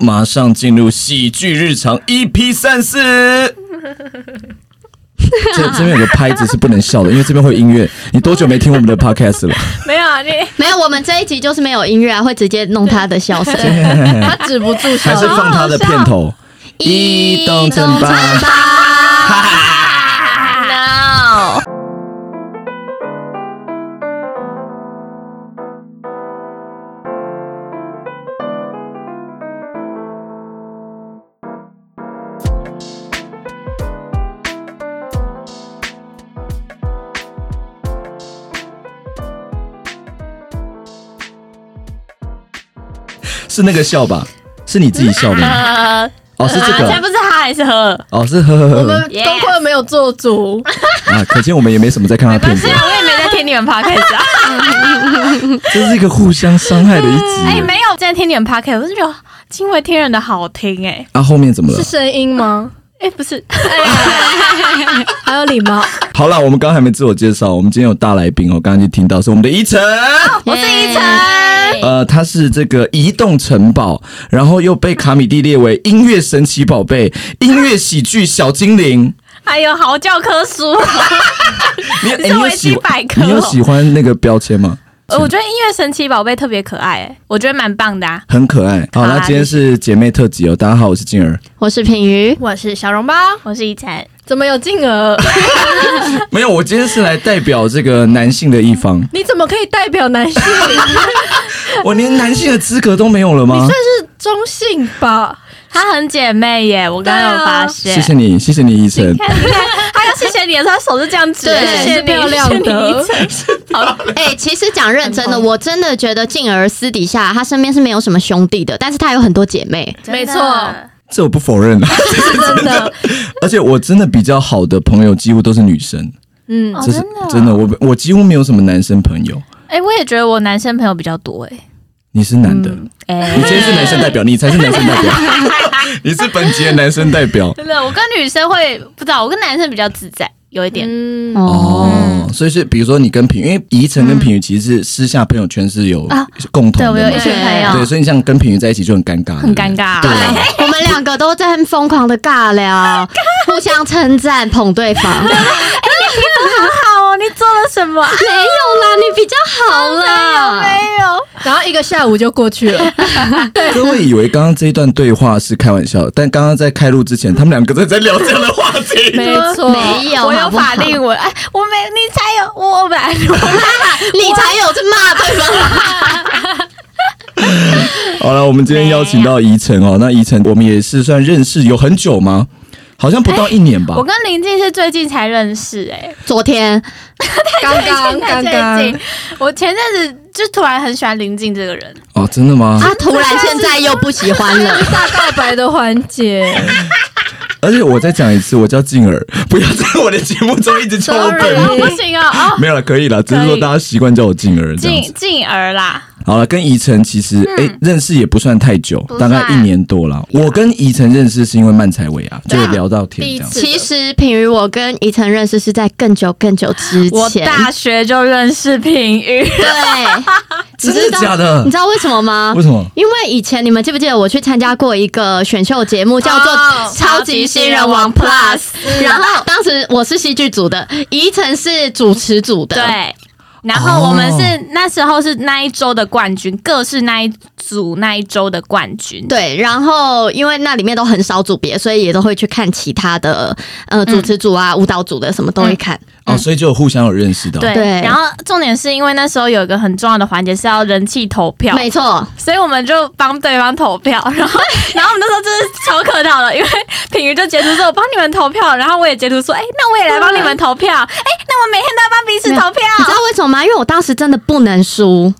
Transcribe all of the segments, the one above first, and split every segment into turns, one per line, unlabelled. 马上进入喜剧日常 EP 三 四。这这边有个拍子是不能笑的，因为这边会有音乐。你多久没听我们的 podcast 了？
没有啊，你
没有，我们这一集就是没有音乐啊，会直接弄他的笑声。
他止不住笑
还是
了。
放他的片头？一等成吧。
啊 no，
是那个笑吧？是你自己笑的吗？
呃，
哦，是这
现在
个
不。是他还是喝，
哦，是 呵呵
我
呵
们
呵
功课没有做足，
啊！可见我们也没什么在看他片
但
子
是，啊，我也没在听你们 podcast 啊，
这是一个互相伤害的一集。
哎，没有在听你们 podcast，我是觉得惊为天人的好听哎，
啊，后面怎么了
是？声音吗？
哎，不 是，
还有礼貌，
好了，我们刚刚还没自我介绍，我们今天有大来宾哦，刚刚就听到是我们的依晨。
哦
我是依晨，
呃，他是这个移动城堡，然后又被卡米蒂列为音乐神奇宝 贝、音乐喜剧小精灵。
还有好教科书，
你哎
是
你有
维
喜
基
欢
百科哦
你有喜欢那个标签吗？
呃我觉得音乐神奇宝贝特别可爱，哎，我觉得蛮棒的啊。
很可爱。好，
可爱
那今天是姐妹特辑哦。大家好，我是静 儿。
我是品瑜。
我是小笼包，
我是一晨，
怎么有 静儿？
没有，我今天是来代表这个男性的一方。
你怎么可以代表男性？
我连男性的资格都没有了吗
算？是中性吧？
她很姐妹耶，我刚刚有发现。
谢谢你，谢谢你，依晨。
看，你看， 她要啊谢谢你的时候，她手是这样指的，
对
谢谢
是
你，
漂亮
谢谢你
的
一晨
哎、其实讲认真的，我真的觉得静儿私底下她身边是没有什么兄弟的，但是她有很多姐妹。
没错
这我不否认 啊。
真的，
而且我真的比较好的朋友几乎都是女生，
嗯，
哦
这是
啊
真的。我我几乎没有什么男生朋友。
哎、我也觉得我男生朋友比较多哎、
你是男的，
哎、
你今天是男生代表，你才是男生代表，你是本集的男生代表。
真的，我跟女生会不知道，我跟男生比较自在，有一点。
嗯，
哦，所以是比如说你跟品，因为怡晨跟品瑜其实是私下朋友圈是有共同
对，
的
我
嘛，
有一群朋友
对，，所以你像跟品瑜在一起就很尴尬，
很尴尬
对不对，
我们两个都在疯狂的尬聊， 互相称赞捧对方。没有
好哦，你做了什么？啊
啦，你比较好 啦。
没有，
然后一个下午就过去 了，
对各位以为刚刚这一段对话是开玩笑的，但刚刚在开录之前，他们两个在在聊这样的话题。
没错，
没有，
我有
好不
法
好
令纹，哎，我没，你才有，我我本来就
你才有在骂对方。
好了，我们今天邀请到怡晨哦，那怡晨我们也是算认识有很久吗？好像不到一年吧
我。跟林静是最近才认识 哎、
昨天
刚刚
太
刚
最
刚
近，我前阵子就突然很喜欢林静这个 人，
哦，真的吗？
她啊突然现在又不喜欢 了。
大告白的环节，
而且我再讲一次，我叫静儿， 不要在我的节目中一直叫我
Sorry
本
哦
名。
不行哦，哦，
没有了，可以了，只是说大家习惯叫我静儿这样
静
子。
静儿啦，
好了，跟宜晨其实哎、认识也不算太久，
不
大
算
概一年多了。我跟宜晨认识是因为漫才尾啊，就
对啊
聊到天这样。
第一次
其实品瑜，我跟怡晨认识是在更久更久之
我
前。
大学就认识品瑜，
对，
真的假的
你知？道为什 么吗？
为什么？
因为以前你们记不记得我去参加过一个选秀节目，叫做
哦
《超级新人王 Plus》，然后当时我是戏剧组的，怡晨是主持组的，，哦
对。然后我们是、那时候是那一周的冠军，各是那一组那一周的冠军。
对，然后因为那里面都很少组别，所以也都会去看其他的呃主持组啊、舞蹈组的什么都会看。
哦，所以就有互相有认识到。
对
对
然后重点是因为那时候有一个很重要的环节是要人气投票，
没错，
所以我们就帮对方投票。 然后，然后我们那时候真是超客套了，因为品瑜就截图说：“我帮你们投票。”然后我也截图说：“哎、那我也来帮你们投
嗯
票。哎，那我每天都要帮彼此投
你知
票。
道为什么吗？因为我当时真的不能输，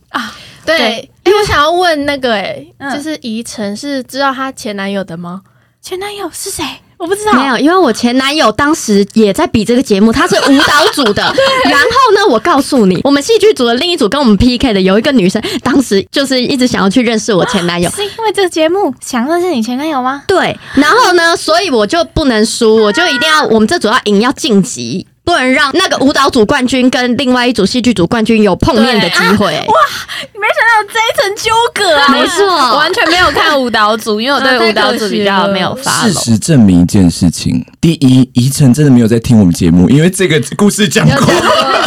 对。哎，我想要问那个，哎，
嗯
就是怡晨是知道她前男友的 吗？”
前男友是谁？我不知道。
没有，因为我前男友当时也在比这个节目，他是舞蹈组的。 然后呢，我告诉你，我们戏剧组的另一组跟我们 PK 的有一个女生，当时就是一直想要去认识我前男 友。
是因为这个节目想认识你前男友吗？
对，然后呢，所以我就不能输，我就一定要我们这组要赢，要晋级。不能让那个舞蹈组冠军跟另外一组戏剧组冠军有碰面的机会、
没想到这一层纠葛啊！
没错
我完全没啊有看舞蹈组，因为我对舞蹈组比较没有发
事实证明一件事情：第一，宜晨真的没有在听我们节目，因为这个故事讲过。
哎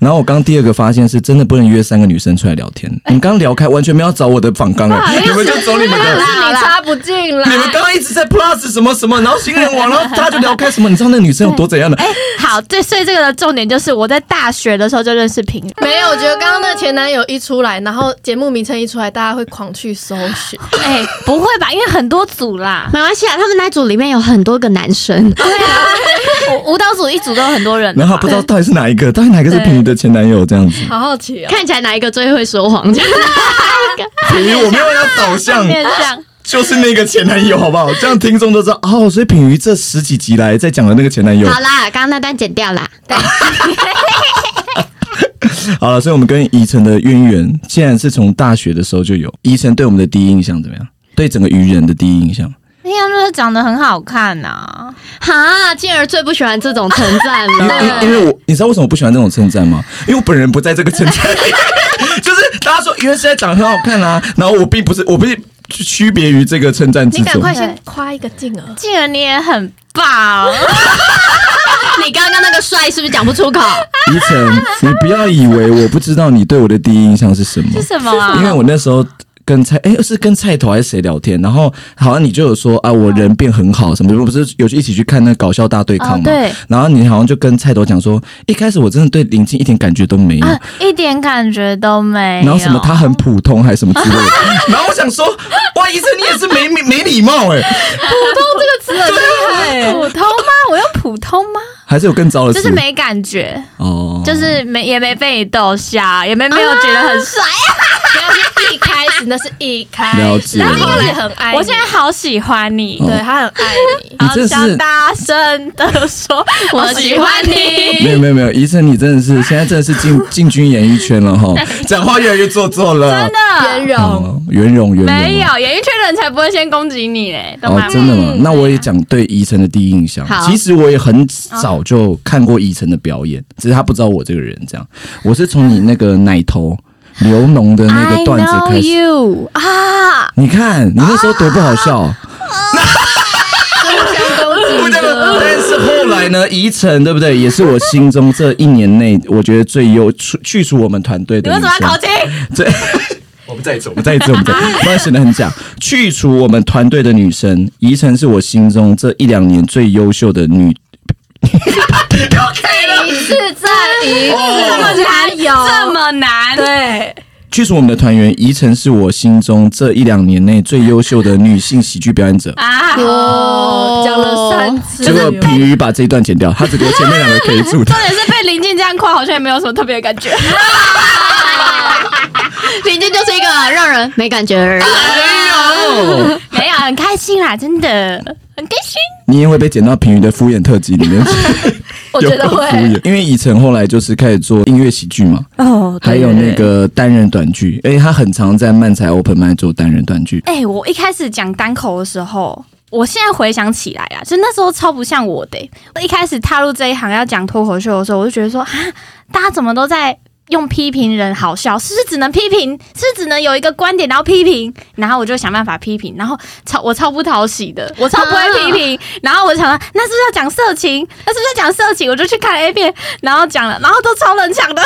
然后我刚第二个发现是真的不能约三个女生出来聊天。你们刚聊开，完全没有找我的访纲哎，你们就走你们的。
是你插不进来
你。们刚刚一直在 plus 什么什么，然后新人网，然后大家就聊开什么，你知道那女生有多怎样的？
哎好，这所以这个的重点就是我在大学的时候就认识平人，
没有，我觉得刚刚那前男友一出来，然后节目名称一出来，大家会狂去搜寻。
哎、不会吧？因为很多组啦，
没关系啊，他们那组里面有很多个男生，
舞舞蹈组一组都有很多人吧，
然后不知道到底是哪一个，到底哪个是平宇的前男友这样子。
好好奇哦，
看起来哪一个最会说谎？
平宇，我没有要导向，
面相。
就是那个前男友，好不好？这样听众都知道哦。所以品瑜这十几集来在讲的那个前男友，
好啦，刚刚那段剪掉啦。
好了，所以我们跟宜晨的渊源，竟然是从大学的时候就有。宜晨对我们的第一印象怎么样？对整个愚人的第一印象，
哎那样就是长得很好看呐、啊，
哈，静儿最不喜欢这种称赞
因
了。
因因为我你知道为什么我不喜欢这种称赞吗？因为我本人不在这个称赞里， 就是大家说原来现在长得很好看啊，然后我并不是，我不是区别于这个称赞之
你赶
中。
快先夸一个静 儿。
静儿你也很棒，
你刚刚那个帅是不是讲不出 口？
宜晨，你不要以为我不知道你对我的第一印象是什么。
是什么
因为
啊？
我那时候跟菜，哎、是跟菜头还是谁聊天，然后好像你就有说啊，我人变很好什么的，我不是有去一起去看那个搞笑大对抗
哦
嘛、
对
然后你好像就跟菜头讲说，一开始我真的对林静一点感觉都没有。
啊，一点感觉都没有。
然后什么他很普通还是什么 之类的，然后我想说，哇，医生你也是没没没礼貌哎、
普通这个词很厉害，普通吗？我用普通吗？
还是有更糟的
就
事，
是没感觉，
哦，
就是没也没被你逗笑，也没没有觉得很帅。
不要是一开始，那是一开始，
了解
然后也很爱你，
我现在好喜欢你，
哦
对他很爱你，
你
好
这
想
是
大声的说我喜欢你。
没有没有没有，医生你真的是现在真的是进 进军演艺圈 了哈，讲话越来越做作了，真的
圆柔。
哦，圆融圆融，
没有演艺圈人才不会先攻击你嘞，懂
哦
吗，？
真的吗？那
啊
我也讲对宜晨的第一印象。
好
其实我也很早就看过宜晨的表演，只是他不知道我这个人这样。我是从你那个奶头流脓的那个段子开始。
you 啊，
你看，你那时候多不好笑。 不讲了但是后来呢，宜晨对不对？也是我心中这一年内我觉得最优去去除我们团队
你
的
为
女
什么要
生
考。勤？
这 我们再一次，我们再一次，我们再一次，不然显得很假。去除我们团队的女生，宜晨是我心中这一两年最优秀的女。
一次再一
这么
次，
难，这么难，
对，
去除我们的团员，宜晨是我心中这一两年内最优秀的女性喜剧表演者。
啊。
哦，讲了三次，
结果平宇把这一段剪掉，他只留前面两个可以住的
重。点是被林静这样夸，好像也没有什么特别的感觉。
林静就是一个让人没感觉的 人。
哦
没有，很开心啦，真的很开心。
你也会被剪到平宇的敷衍特辑里面去，
我
有
觉得
够敷
会。
衍。因为宜晨后来就是开始做音乐喜剧嘛，
哦
还有那，个单人短剧，而且他很常在漫才 open 麦做单人短剧。
哎、我一开始讲单口的时候，我现在回想起来啊，就那时候超不像我的欸、我一开始踏入这一行要讲脱口秀的时候，我就觉得说啊，大家怎么都在。用批评人好笑，是不是只能批评？是不是只能有一个观点然后批评？然后我就想办法批评，然后超我超不讨喜的，我超不会批评。然后我想说，那是不是要讲色情？那是不是要讲色情？我就去看 A 片，然后讲了，然后都超冷场的。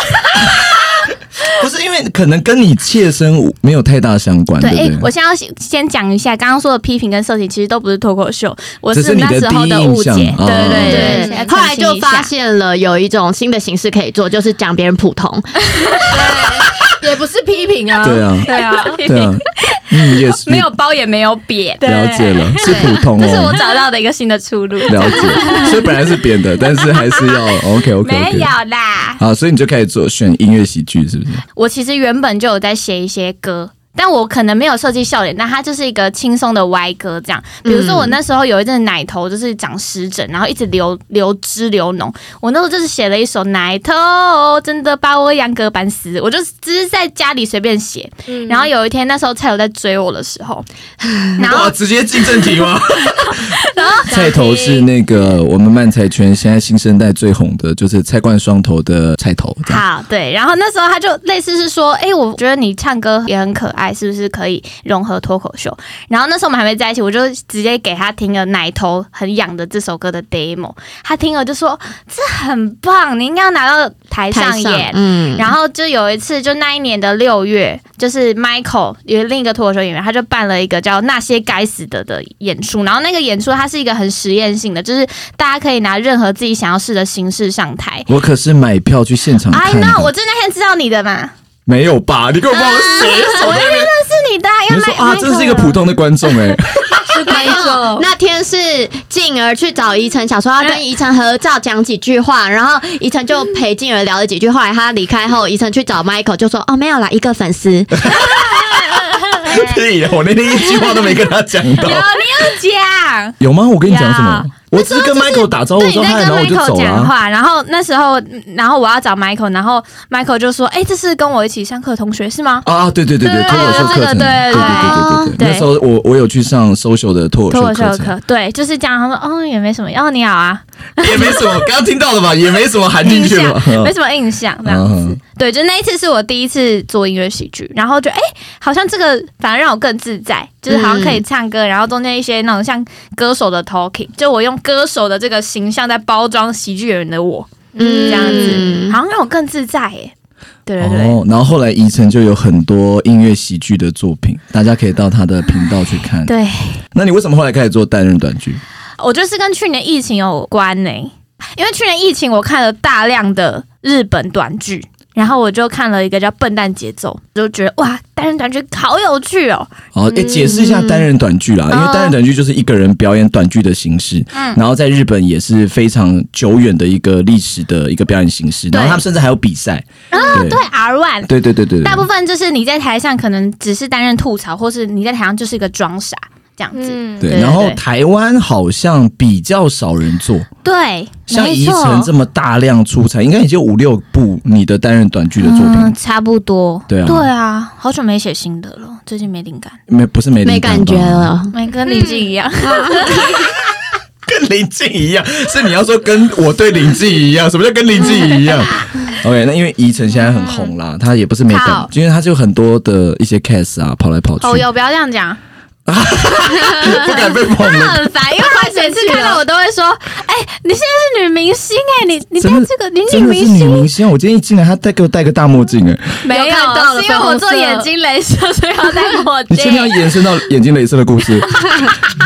不是因为 可能跟你切身没有太大相关，
对，
对
哎、
不对？
我先要先讲一下，刚刚说的批评跟色情其实都不是脱口秀，我
只是你的
那时候
第一印
误解，
象
对
哦
对对
对，后来就发，现了有一种新的形式可以做，就是讲别人普通。
也不是批评啊，
对啊，
对啊，
对啊，嗯，也是
没有包也没有扁，
了解了，是普通
这是我
哦，
找到的一个新的出路，
了解，所以本来是扁的，但是还是 要 OK OK
没有
OK。
啦，
好，所以你就开始做选音乐喜剧，是不是？
我其实原本就有在写一些歌。但我可能没有设计笑脸，但它就是一个轻松的歪歌这样。比如说我那时候有一阵奶头就是长湿疹，然后一直流流汁流脓，我那时候就是写了一首奶头真的把我养个半死，我就只是在家里随便写。然后有一 天那时候菜友在追我的时候，然后
哇，直接进正题吗？
然后
菜头是那个我们漫才圈现在新生代最红的，就是菜冠双头的菜头。这样
好，对，然后那时候他就类似是说，哎、我觉得你唱歌也很可爱，是不是可以融合脱口秀？然后那时候我们还没在一起，我就直接给他听了《奶头很痒》的这首歌的 demo，他听了就说这很棒，你应该要拿到台上
台上
演。
嗯，
然后就有一次，就那一年的六月，就是 Michael 有另一个脱口秀演员，他就办了一个叫《那些该死的》的演出。然后那个演出它是一个很实验性的，就是大家可以拿任何自己想要试的形式上台。
我可是买票去现场
哎，
嗯看
那我呃
的，
真的那天知道你的嘛？
没有吧？你给我忘了谁？
我也认识你的啊，因
你
为
说
Mike-
啊，
Michael
真是一个普通的哦观众哎，
没有，那天是静儿去找怡晨，想说要跟怡晨合照，讲几句话，然后怡晨就陪静儿聊了几句。后来他离开后，怡晨去找 Michael，就说：“哦，没有啦，一个粉丝。
屁呀！我那天一句话都没跟他讲 到
有，，你有讲。
有吗？我跟你讲什么
有？
我只是跟 Michael 打招呼
对，
说
你在
嗨，然
跟
后我就
Michael
走了
讲
啊。
话，然后那时候，然后我要找 Michael，然后 Michael 就说：“哎，这是跟我一起上课的同学是吗
啊，对对对对，
对
脱口秀课程，
这个对
对对对对
对
对。那时候我我有去上 social 的脱？”
脱
口
口
秀
秀
课程，
课，对，就是这样。他说：“哦，也没什么，哦，你好啊，
也没什么，刚刚听到了吧？也没什么含进
印
去
象
吧？
没什么印象这样子
嗯。
对，就那一次是我第一次做音乐喜剧，然后就哎、好像这个反而让我更自在，就是好像可以唱歌，然后中间一些那种像歌手的 talking，就我用歌手的这个形象在包装喜剧演员的我，”
嗯，
这样子，好像让我更自在耶。对对对。
哦，然后后来宜晨就有很多音乐喜剧的作品，大家可以到他的频道去看。
对，
那你为什么后来开始做单人短剧？
我就是跟去年疫情有关呢、因为去年疫情我看了大量的日本短剧，然后我就看了一个叫《笨蛋节奏》，就觉得哇，单人短剧好有趣哦。
哦，诶，解释一下单人短剧啦，因为单人短剧就是一个人表演短剧的形式，
嗯
然后在日本也是非常久远的一个历史的一个表演形式，然后
对啊
他们甚至还有比赛。
对 R One，
对对对对对，
大部分就是你在台上可能只是担任吐槽，或是你在台上就是一个装傻这样子。
嗯，
对，
对
然后
对
台湾好像比较少人做，
对，
像
没
宜
错
晨这么大量出产，应该也就五六部你的单人短剧的作品，
嗯，差不多。
对啊
对啊，好久没写新的了，最近没灵感，
没不是没
没
灵
感
感
觉
吧，
了。
没跟林静一 样。
跟林静一样，是你要说跟我对林静一样，什么叫跟林静一样 ？OK，那因为宜晨现在很红啦，他也不是没等
好，
因为他就很多的一些 case 啊，跑来跑去，
哦哟，不要这样讲，
不敢被捧
他
了。
很烦，因为他每次看到我都会说：“哎，你现在是女明星哎，你 你戴
真的
这个林
真
静
的是
明
女
星
明星，我今天一进来，她戴给我戴个大墨镜、 欸，哎，
没
有看到了
是因为我做
粉红色
眼睛镭射，所以要戴墨
你确定要
镜。”
延伸到眼睛镭射的故 事？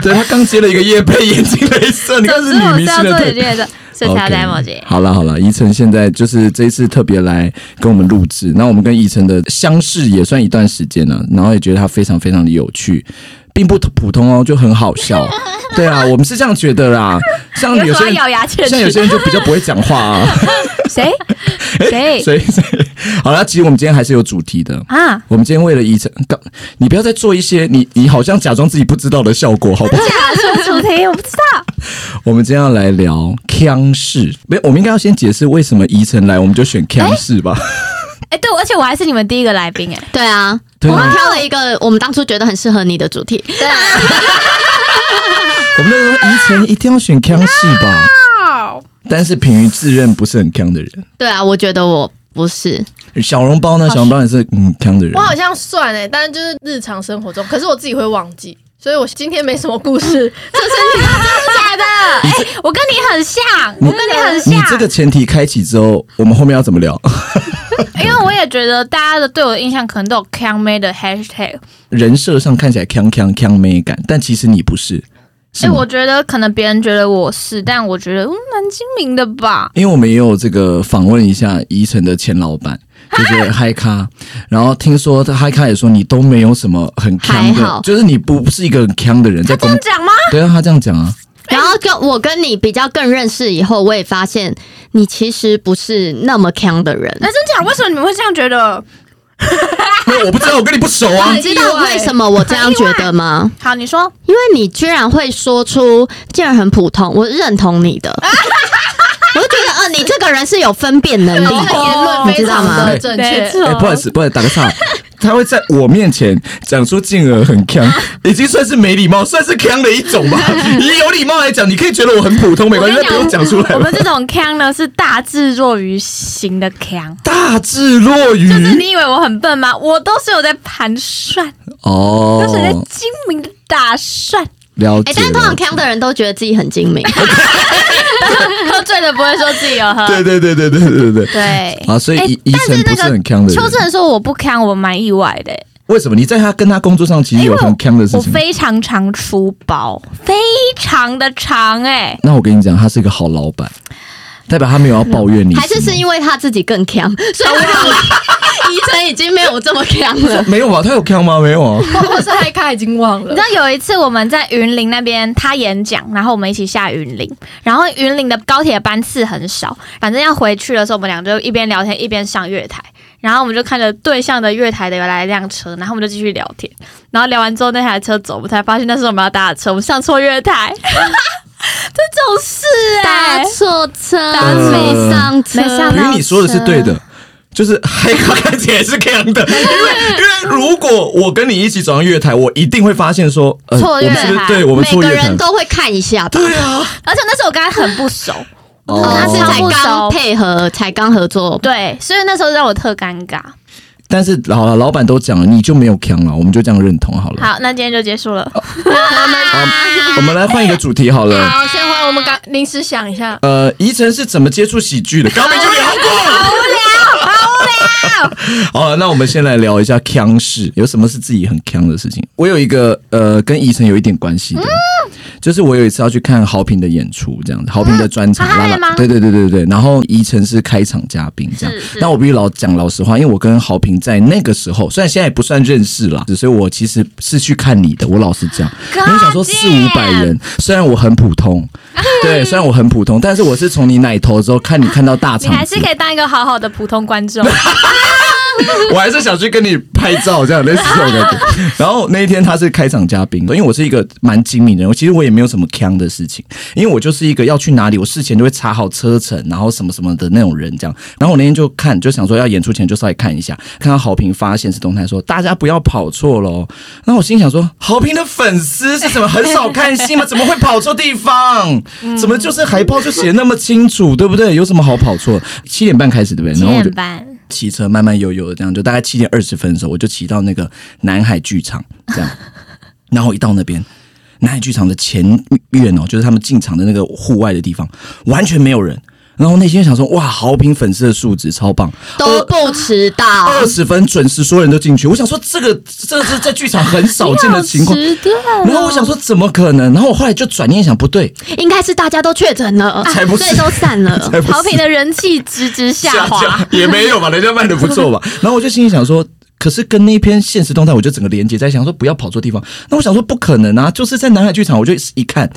对她刚接了一个夜配眼睛镭射，你
总
看
之
是女
我
明
是
星
要
的
做眼
对
睛镭射，所以才要戴墨镜
OK，。好了好了，宜晨现在就是这一次特别来跟我们录制，那我们跟宜晨的相识也算一段时间了，然后也觉得他非常非常的有趣，并不普通哦，就很好 笑。对啊，我们是这样觉得啦。像有
有
些
说
人，
咬牙切齿
像，有些人就比较不会讲话 啊。
谁 谁
所以，所以好了，其实我们今天还是有主题的。
啊？
我们今天为了宜晨，刚你不要再做一些你你好像假装自己不知道的效果，好不好？
主题我不知道，
我们今天要来聊腔式，没有，我们应该要先解释为什么宜晨来我们就选腔式吧。
哎，对，而且我还是你们第一个来宾，哎，
对啊，
对
我们挑了一个我们当初觉得很适合你的主题。
我们那时候宜晨一定要选腔式吧，但是平鱼自认不是很腔的人，
对啊，我觉得我不是，
小笼包呢？小笼包也是嗯腔的人
我。好像算哎、但是就是日常生活中，可是我自己会忘记，所以我今天没什么故事。
假的， 哎，我跟你很像，我跟你很
你
像，
这个前提开启之后，我们后面要怎么聊？
因为我也觉得大家的对我的印象可能都有 c a n made 的 hashtag，
人设上看起来腔腔腔妹感，但其实你不是，是
哎，
吗
我觉得可能别人觉得我是，但我觉得嗯蛮精明的吧。
因为我们也有这个访问一下宜城的前老板，就是嗨咖，然后听说他嗨咖也说你都没有什么很
还
强的
好，
就是你不不是一个很强的人，在工
这样讲吗？
对啊，他这样讲啊，
然后跟我跟你比较更认识以后，我也发现你其实不是那么强的人。
那真讲，为什么你们会这样觉得？
没有我不知道，我跟你不熟啊
很
你知
意
道
外
为什么我这样觉得吗？
好，你说，
因为你居然会说出竟然很普通，我认同你的，我就觉得呃，你这个人是有分辨能
对，
力
这个
的。
言论非常的正
没
确。
错
哎哎、不好意思，不好意思，打个岔。他会在我面前讲说静儿很强，已经算是没礼貌，算是强的一种吧。以有礼貌来讲，你可以觉得我很普通，没关系，但不用讲出来
我
吧
们。这 种腔呢是大智若愚型的腔，
大智若愚
就是你以为我很笨吗？我都是有在盘算，
哦
都是有在精明的打算。
了
哎、
解。
但是通常
了解
c 的人都觉得自己很精明，
喝醉了不会说自己有喝。
对对对对对对对对。
对
啊，所以
哎
宜宜
但
晨
是
不
那
是
个
很强的人
邱，正说我不腔，我蛮意外的、
为什么你在他跟他工作上其实有很强的事
哎我
情？
非常常出包，非常的长哎、
那我跟你讲，他是一个好老板，代表他没有要抱怨
哎
你，
还是
吗
是因为他自己更强，所以让宜晨已经没有这么强了。
没有吧？他有强吗？没有啊。
或或是害咖已经忘
你
了
知。道有一次我们在云林那边他演讲，然后我们一起下云林，然后云林的高铁班次很少，反正要回去的时候，我们俩就一边聊天一边上月台，然后我们就看着对向的月台的有来一辆车，然后我们就继续聊天，然后聊完之后那台车走，我们才发现那是我们要搭的车，我们上错 月台， 这种事哎、
搭错车，
搭
错
没上车，
没上
因为你说的是对的，就是嗨咖看起来是这样的， 因为因为如果我跟你一起走上月台，我一定会发现说，呃，
错月
我们是不是
台
对我们
每
错
个
月台
人，都会看一下吧。
对啊，
而且那时候我跟他很不熟，
哦
他是才
不
刚
熟
配合，才刚合作。
对，所以那时候让我特尴尬。
但是好了，老板都讲了，你就没有强了，我们就这样认同好了。
好，那今天就结束了。
哦
我们来换一个主题好了。
好，先换我们刚临时想一下，
呃，宜晨是怎么接触喜 剧的？刚刚我们就聊过了。 好了，那我们先来聊一下腔事，有什么是自己很腔的事情？我有一个呃，跟宜晨有一点关系的，
嗯
就是我有一次要去看豪平的演出，这样子，豪平的专场，
啊他来吗
对对对对对，然后宜晨是开场嘉宾，这样
是。是
但我必须老讲老实话，因为我跟豪平在那个时候，虽然现在也不算认识啦，所以我其实是去看你的，我老实讲，因为我想说
God
四五百
damn
人，虽然我很普通， 对，虽然我很普通，但是我是从你奶头之后看你看到大
你
场
还
子
是可以当一个好好的普通观 众。
我还是想去跟你拍照，这样类似这种感 觉。然后那一天他是开场嘉宾，因为我是一个蛮精明的人，其实我也没有什么腔的事情，因为我就是一个要去哪里，我事前就会查好车程，然后什么什么的那种人这样。然后我那天就看，就想说要演出前就稍微看一下，看到好评发现是动态说大家不要跑错喽。然后我心想说，好评的粉丝是怎么很少看戏吗？怎么会跑错地方？
嗯
怎么就是海报就写那么清楚，对不对？有什么好跑错？七点半开始对不对？
七
然后我
点
就
半，
骑车慢慢悠悠的这样，就大概七点二十分的时候，我就骑到那个南海剧场这样， 然后一到那边。南海剧场的前院哦，就是他们进场的那个户外的地方，完全没有人。然后内心想说：哇，好评粉丝的素质超棒，
都不迟到，
二十分准时，所有人都进去。我想说，这个这是在剧场很少见的情况。
迟到。
然后我想说，怎么可能？然后我后来就转念想，不对，
应该是大家都确诊了，
啊才不是
所以都散了。
哎才不
好
是
评的人气直直下 滑。
也没有吧，人家卖的不错吧。然后我就心里想说。可是跟那篇现实动态，我就整个连接在想说不要跑错地方。那我想说不可能啊，就是在南海剧场，我就一看，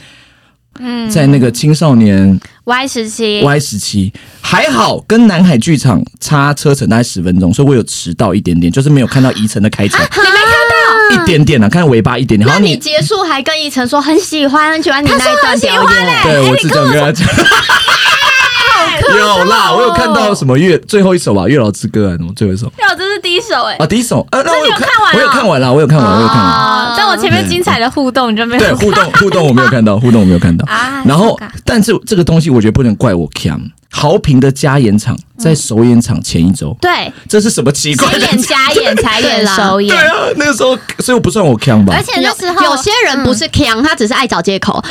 嗯，在那个青少年
Y 时期，
Y 时期，还好跟南海剧场差车程大概十分钟，所以我有迟到一点点，就是没有看到宜城的开场，
你没看
一点点啊，看尾巴一点点。
到？
然
那
后
你结束还跟依晨说很喜欢，很喜欢你那一段表演。
对，我是这样跟他 讲。有啦，我有看到什么月最后一首吧，《月老之歌》啊，什么最后一首。
对，我这是第一首哎、
啊，第一首，呃，那我有
那你有看完
我有
哦
看完了，我有看完，我有看完。
哦，在我前面精彩的互动，你就没 有
对，互 动互动我没有看到，互动我没有看到。
啊
然后
suka，
但是这个东西我觉得不能怪我 cam。豪平的加演场在首演场前一周，
对，
这是什么奇怪
先
的？
演假演才演首
对
演，
啊，那个时候，所以我不算我 cam 吧
而。且那时候
有有些人不是强，他只是爱找借口。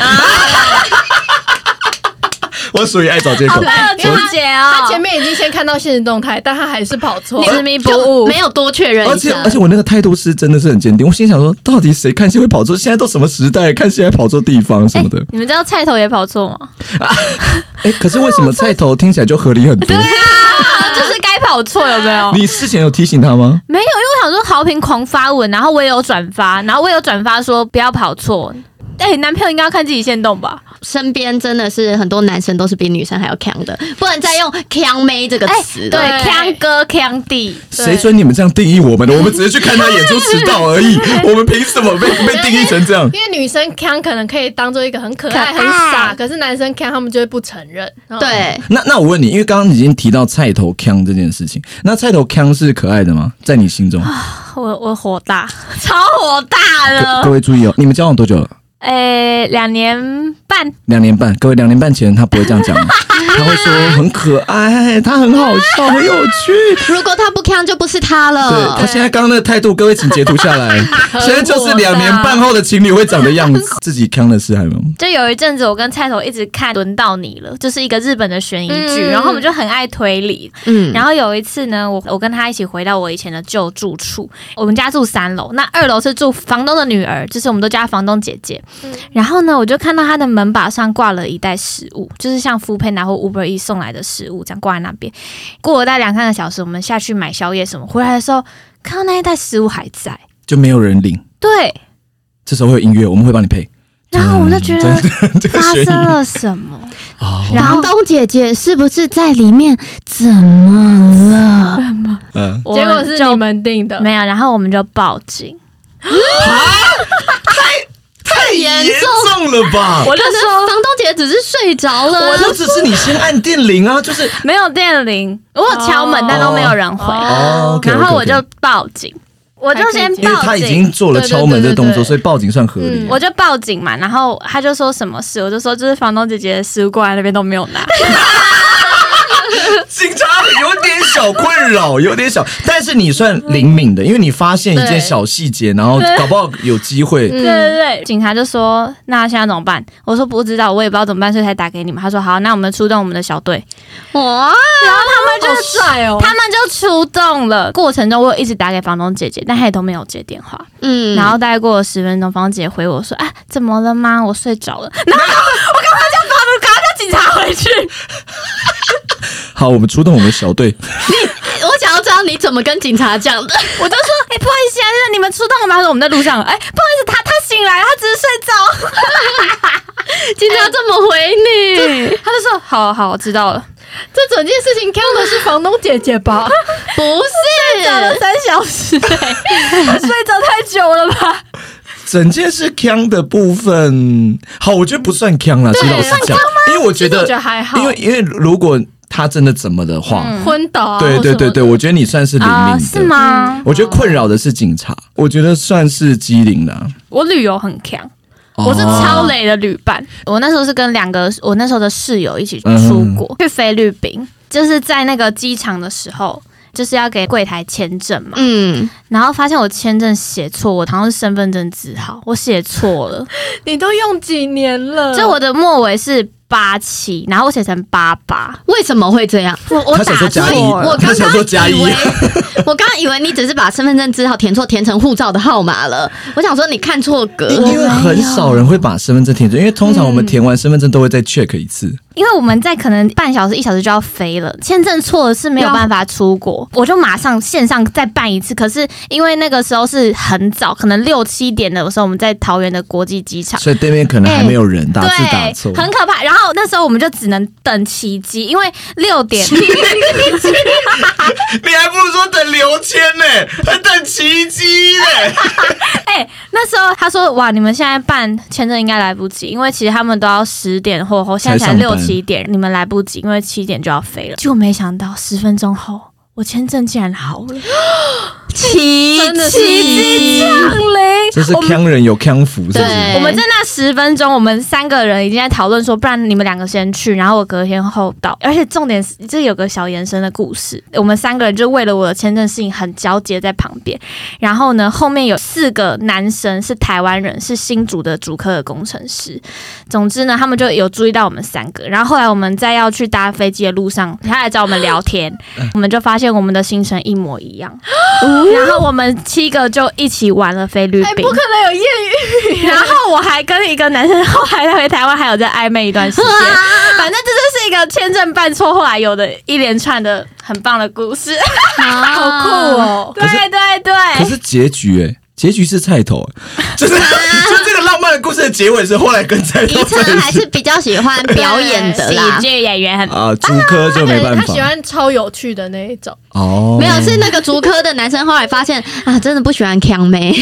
我属于爱找借口。
还有注解哦，
他前面已经先看到现实动态，但他还是跑错。
执迷不
就
悟
没。有多确认
而
一
且
下
而。且我那个态度是真的是很坚定，我心想说，到底谁看戏会跑错？现在都什么时代，看戏还跑错地方什么的？
哎你们知道菜头也跑错吗？
哎，啊可是为什么菜头听起来就合理很多？
啊
就是该跑错，有没有？
你事前有提醒他吗？
没有，因为我想说好评狂发文，然后我也有转发，然后我也有转发说不要跑错，哎、男朋友应该要看自己先动吧？
身边真的是很多男生都是比女生还要强的，不能再用“强妹”这个
哎、
词了。
对，
对
强哥强弟，
对
谁准你们这样定义我们的？我们只是去看他演出迟到而已，我们凭什么被被定义成这样？
因为女生 can 可能可以当做一个很可爱、
可爱
很傻，可是男生 can 他们就会不承认。嗯，
对，
那那我问你，因为刚刚已经提到菜头腔这件事情，那菜头腔是可爱的吗？在你心中，
我我火大， 超火大
各各
了。
位注意哦，你们交往多久了？
哎、两年半，
两年半。各位，两年半前他不会这样讲的，他会说很可爱，他很好笑，很有趣。
如果他不强，就不是他
对
了
他。现在刚刚那个态度，各位请截图下来。现在就是两年半后的情侣会长的样子。自己康的事还吗？
就有一阵子我跟菜头一直看《轮到你了》，就是一个日本的悬疑剧，
嗯
然后我们就很爱推理。
嗯，
然后有一次呢，我我跟他一起回到我以前的旧住处，我们家住三楼，那二楼是住房东的女儿，就是我们都叫她房东姐姐。然后呢，我就看到她的门把上挂了一袋食物，就是像 f o o p a n d a 或 Uber E 送来的食物，这样挂在那边。过了大概两三个小时，我们下去买宵夜什么，回来的时候看到那一袋食物还在，
就没有人领。
对，
这时候会有音乐，我们会帮你配。
然后我就觉得
得 这个
发
悬
生
疑
了什么。
哦，
然后
房东姐姐是不是在里面？怎么了？
嗯，
我
哦结果是
就
你们定的，
没有，然后我们就报警。
太严重了吧？
我就
可能
说
房东姐只是睡着了啊。
我只是你先按电铃啊，就是
没有电铃，我有敲门，
哦
但都没有人回。
哦，OK，OK，OK，
然后我就报警，我就先
因为他
报
已
警。
经做了敲门的动
对对对对
作，
对
所以报警算合理
嗯。
我就报警嘛，然后他就说什么事，我就说就是房东姐姐的食物过来那边都没有拿，
警察有点小困扰，有点小，但是你算灵敏
嗯
的，因为你发现一件
对
小细节，然后搞不好有机会。
对
嗯
对对，警察就说那现在怎么办？我说不知道，我也不知道怎么办，所以才打给你们。他说好，那我们出动我们的小队，
哇，
然后他 们就
帅哦
他们就出动了。过程中我有一直打给房东姐姐，但她也都没有接电话。
嗯
然后大概过了十分钟，芳姐回我说：“啊，怎么了吗？我睡着了。”然后我赶快叫把赶快叫警察回 去。
好，我们出动我们的小队，
我想要知道你怎么跟警察讲 的。
我就说：“哎、不好意思啊，那你们出动了吗？”他说：“我们在路上。哎、不好意思，他他醒来，他只是睡着。
警察怎么回你？
他就说：“好好，我知道了。
这整件事情 can 的是房东姐姐吧？
不是，
三小 时、我睡着太久了吧？
整件事腔的部分，好，我觉得不算腔了，其实老实讲，因为我觉
其实
得
我觉得还好
因为因为如果他真的怎么的话，
昏倒啊，
对
或
对对
什么的
对，，我觉得你算是灵
啊、
敏
是
的。
吗？
我觉得困扰的是警察，我觉得算是机灵的啊、
我旅游很强。”我是超
哦
累的旅伴。我那时候是跟两个我那时候的室友一起
嗯
出国、去菲律宾，就是在那个机场的时候，就是要给柜台签证嘛，
嗯，
然后发现我签证写错，我好像是身份证字号，我写错 了，
你都用几年了？
所以我的末尾是八七，然后我写成八八，
为什么会这样？
我我
他想说
打
加一
错
我
了。
刚
呃他想说加
刚
一
以为，我刚刚以为你只是把身份证字号填错，填成护照的号码了。我想说你看错格，
因因为很少人会把身份证填准，因为通常我们填完身份证都会再 check 一次。
因为我们在可能半小时一小时就要飞了，签证错了是没有办法出国，我就马上线上再办一次。可是因为那个时候是很早，可能六七点的时候，我们在桃园的国际机场。
所以对面可能还没有人，打字打错
啊哎对，。很可怕。然后那时候我们就只能等奇迹，因为六点
你还不如说等刘谦呢，还等奇迹呢。
哎、那时候他说哇，你们现在办签证应该来不及，因为其实他们都要十点或后，现在才
才上
六
班
七点，你们来不及，因为七点就要飞了。结果没想到十分钟后，我签证竟然好了，
奇
真的是
迹。
降临。
这是腔人有腔福，是不
对
是？
我们在那十分钟，我们三个人已经在讨论说，不然你们两个先去，然后我隔天后到。而且重点是，这有个小延伸的故事，我们三个人就为了我的签证事情很交接在旁边。然后呢，后面有四个男生是台湾人，是新竹的竹科的工程师。总之呢，他们就有注意到我们三个。然后后来我们在要去搭飞机的路上，他来找我们聊天，我们就发现我们的行程一模一样。然后我们七个就一起玩了菲律
哎，
宾
不。可能有艳 遇，
然后我还跟一个男生后来回台湾，还有在暧昧一段时间。反正这就是一个签证办错，后来有的一连串的很棒的故事。
好酷哦！
对对
可
对，
欸是结局哎，结局是菜头，哎就是就这个浪漫的故事的结尾是后来跟在
宜
到这
晨还
里
是比较喜欢表演的啦
喜。剧演员很
啊，主科就
他
没
可能
办
啊他
法
喜欢超有趣的那一种，
哦，
没有，是那个竹科的男生后来发现啊，真的不喜欢强妹，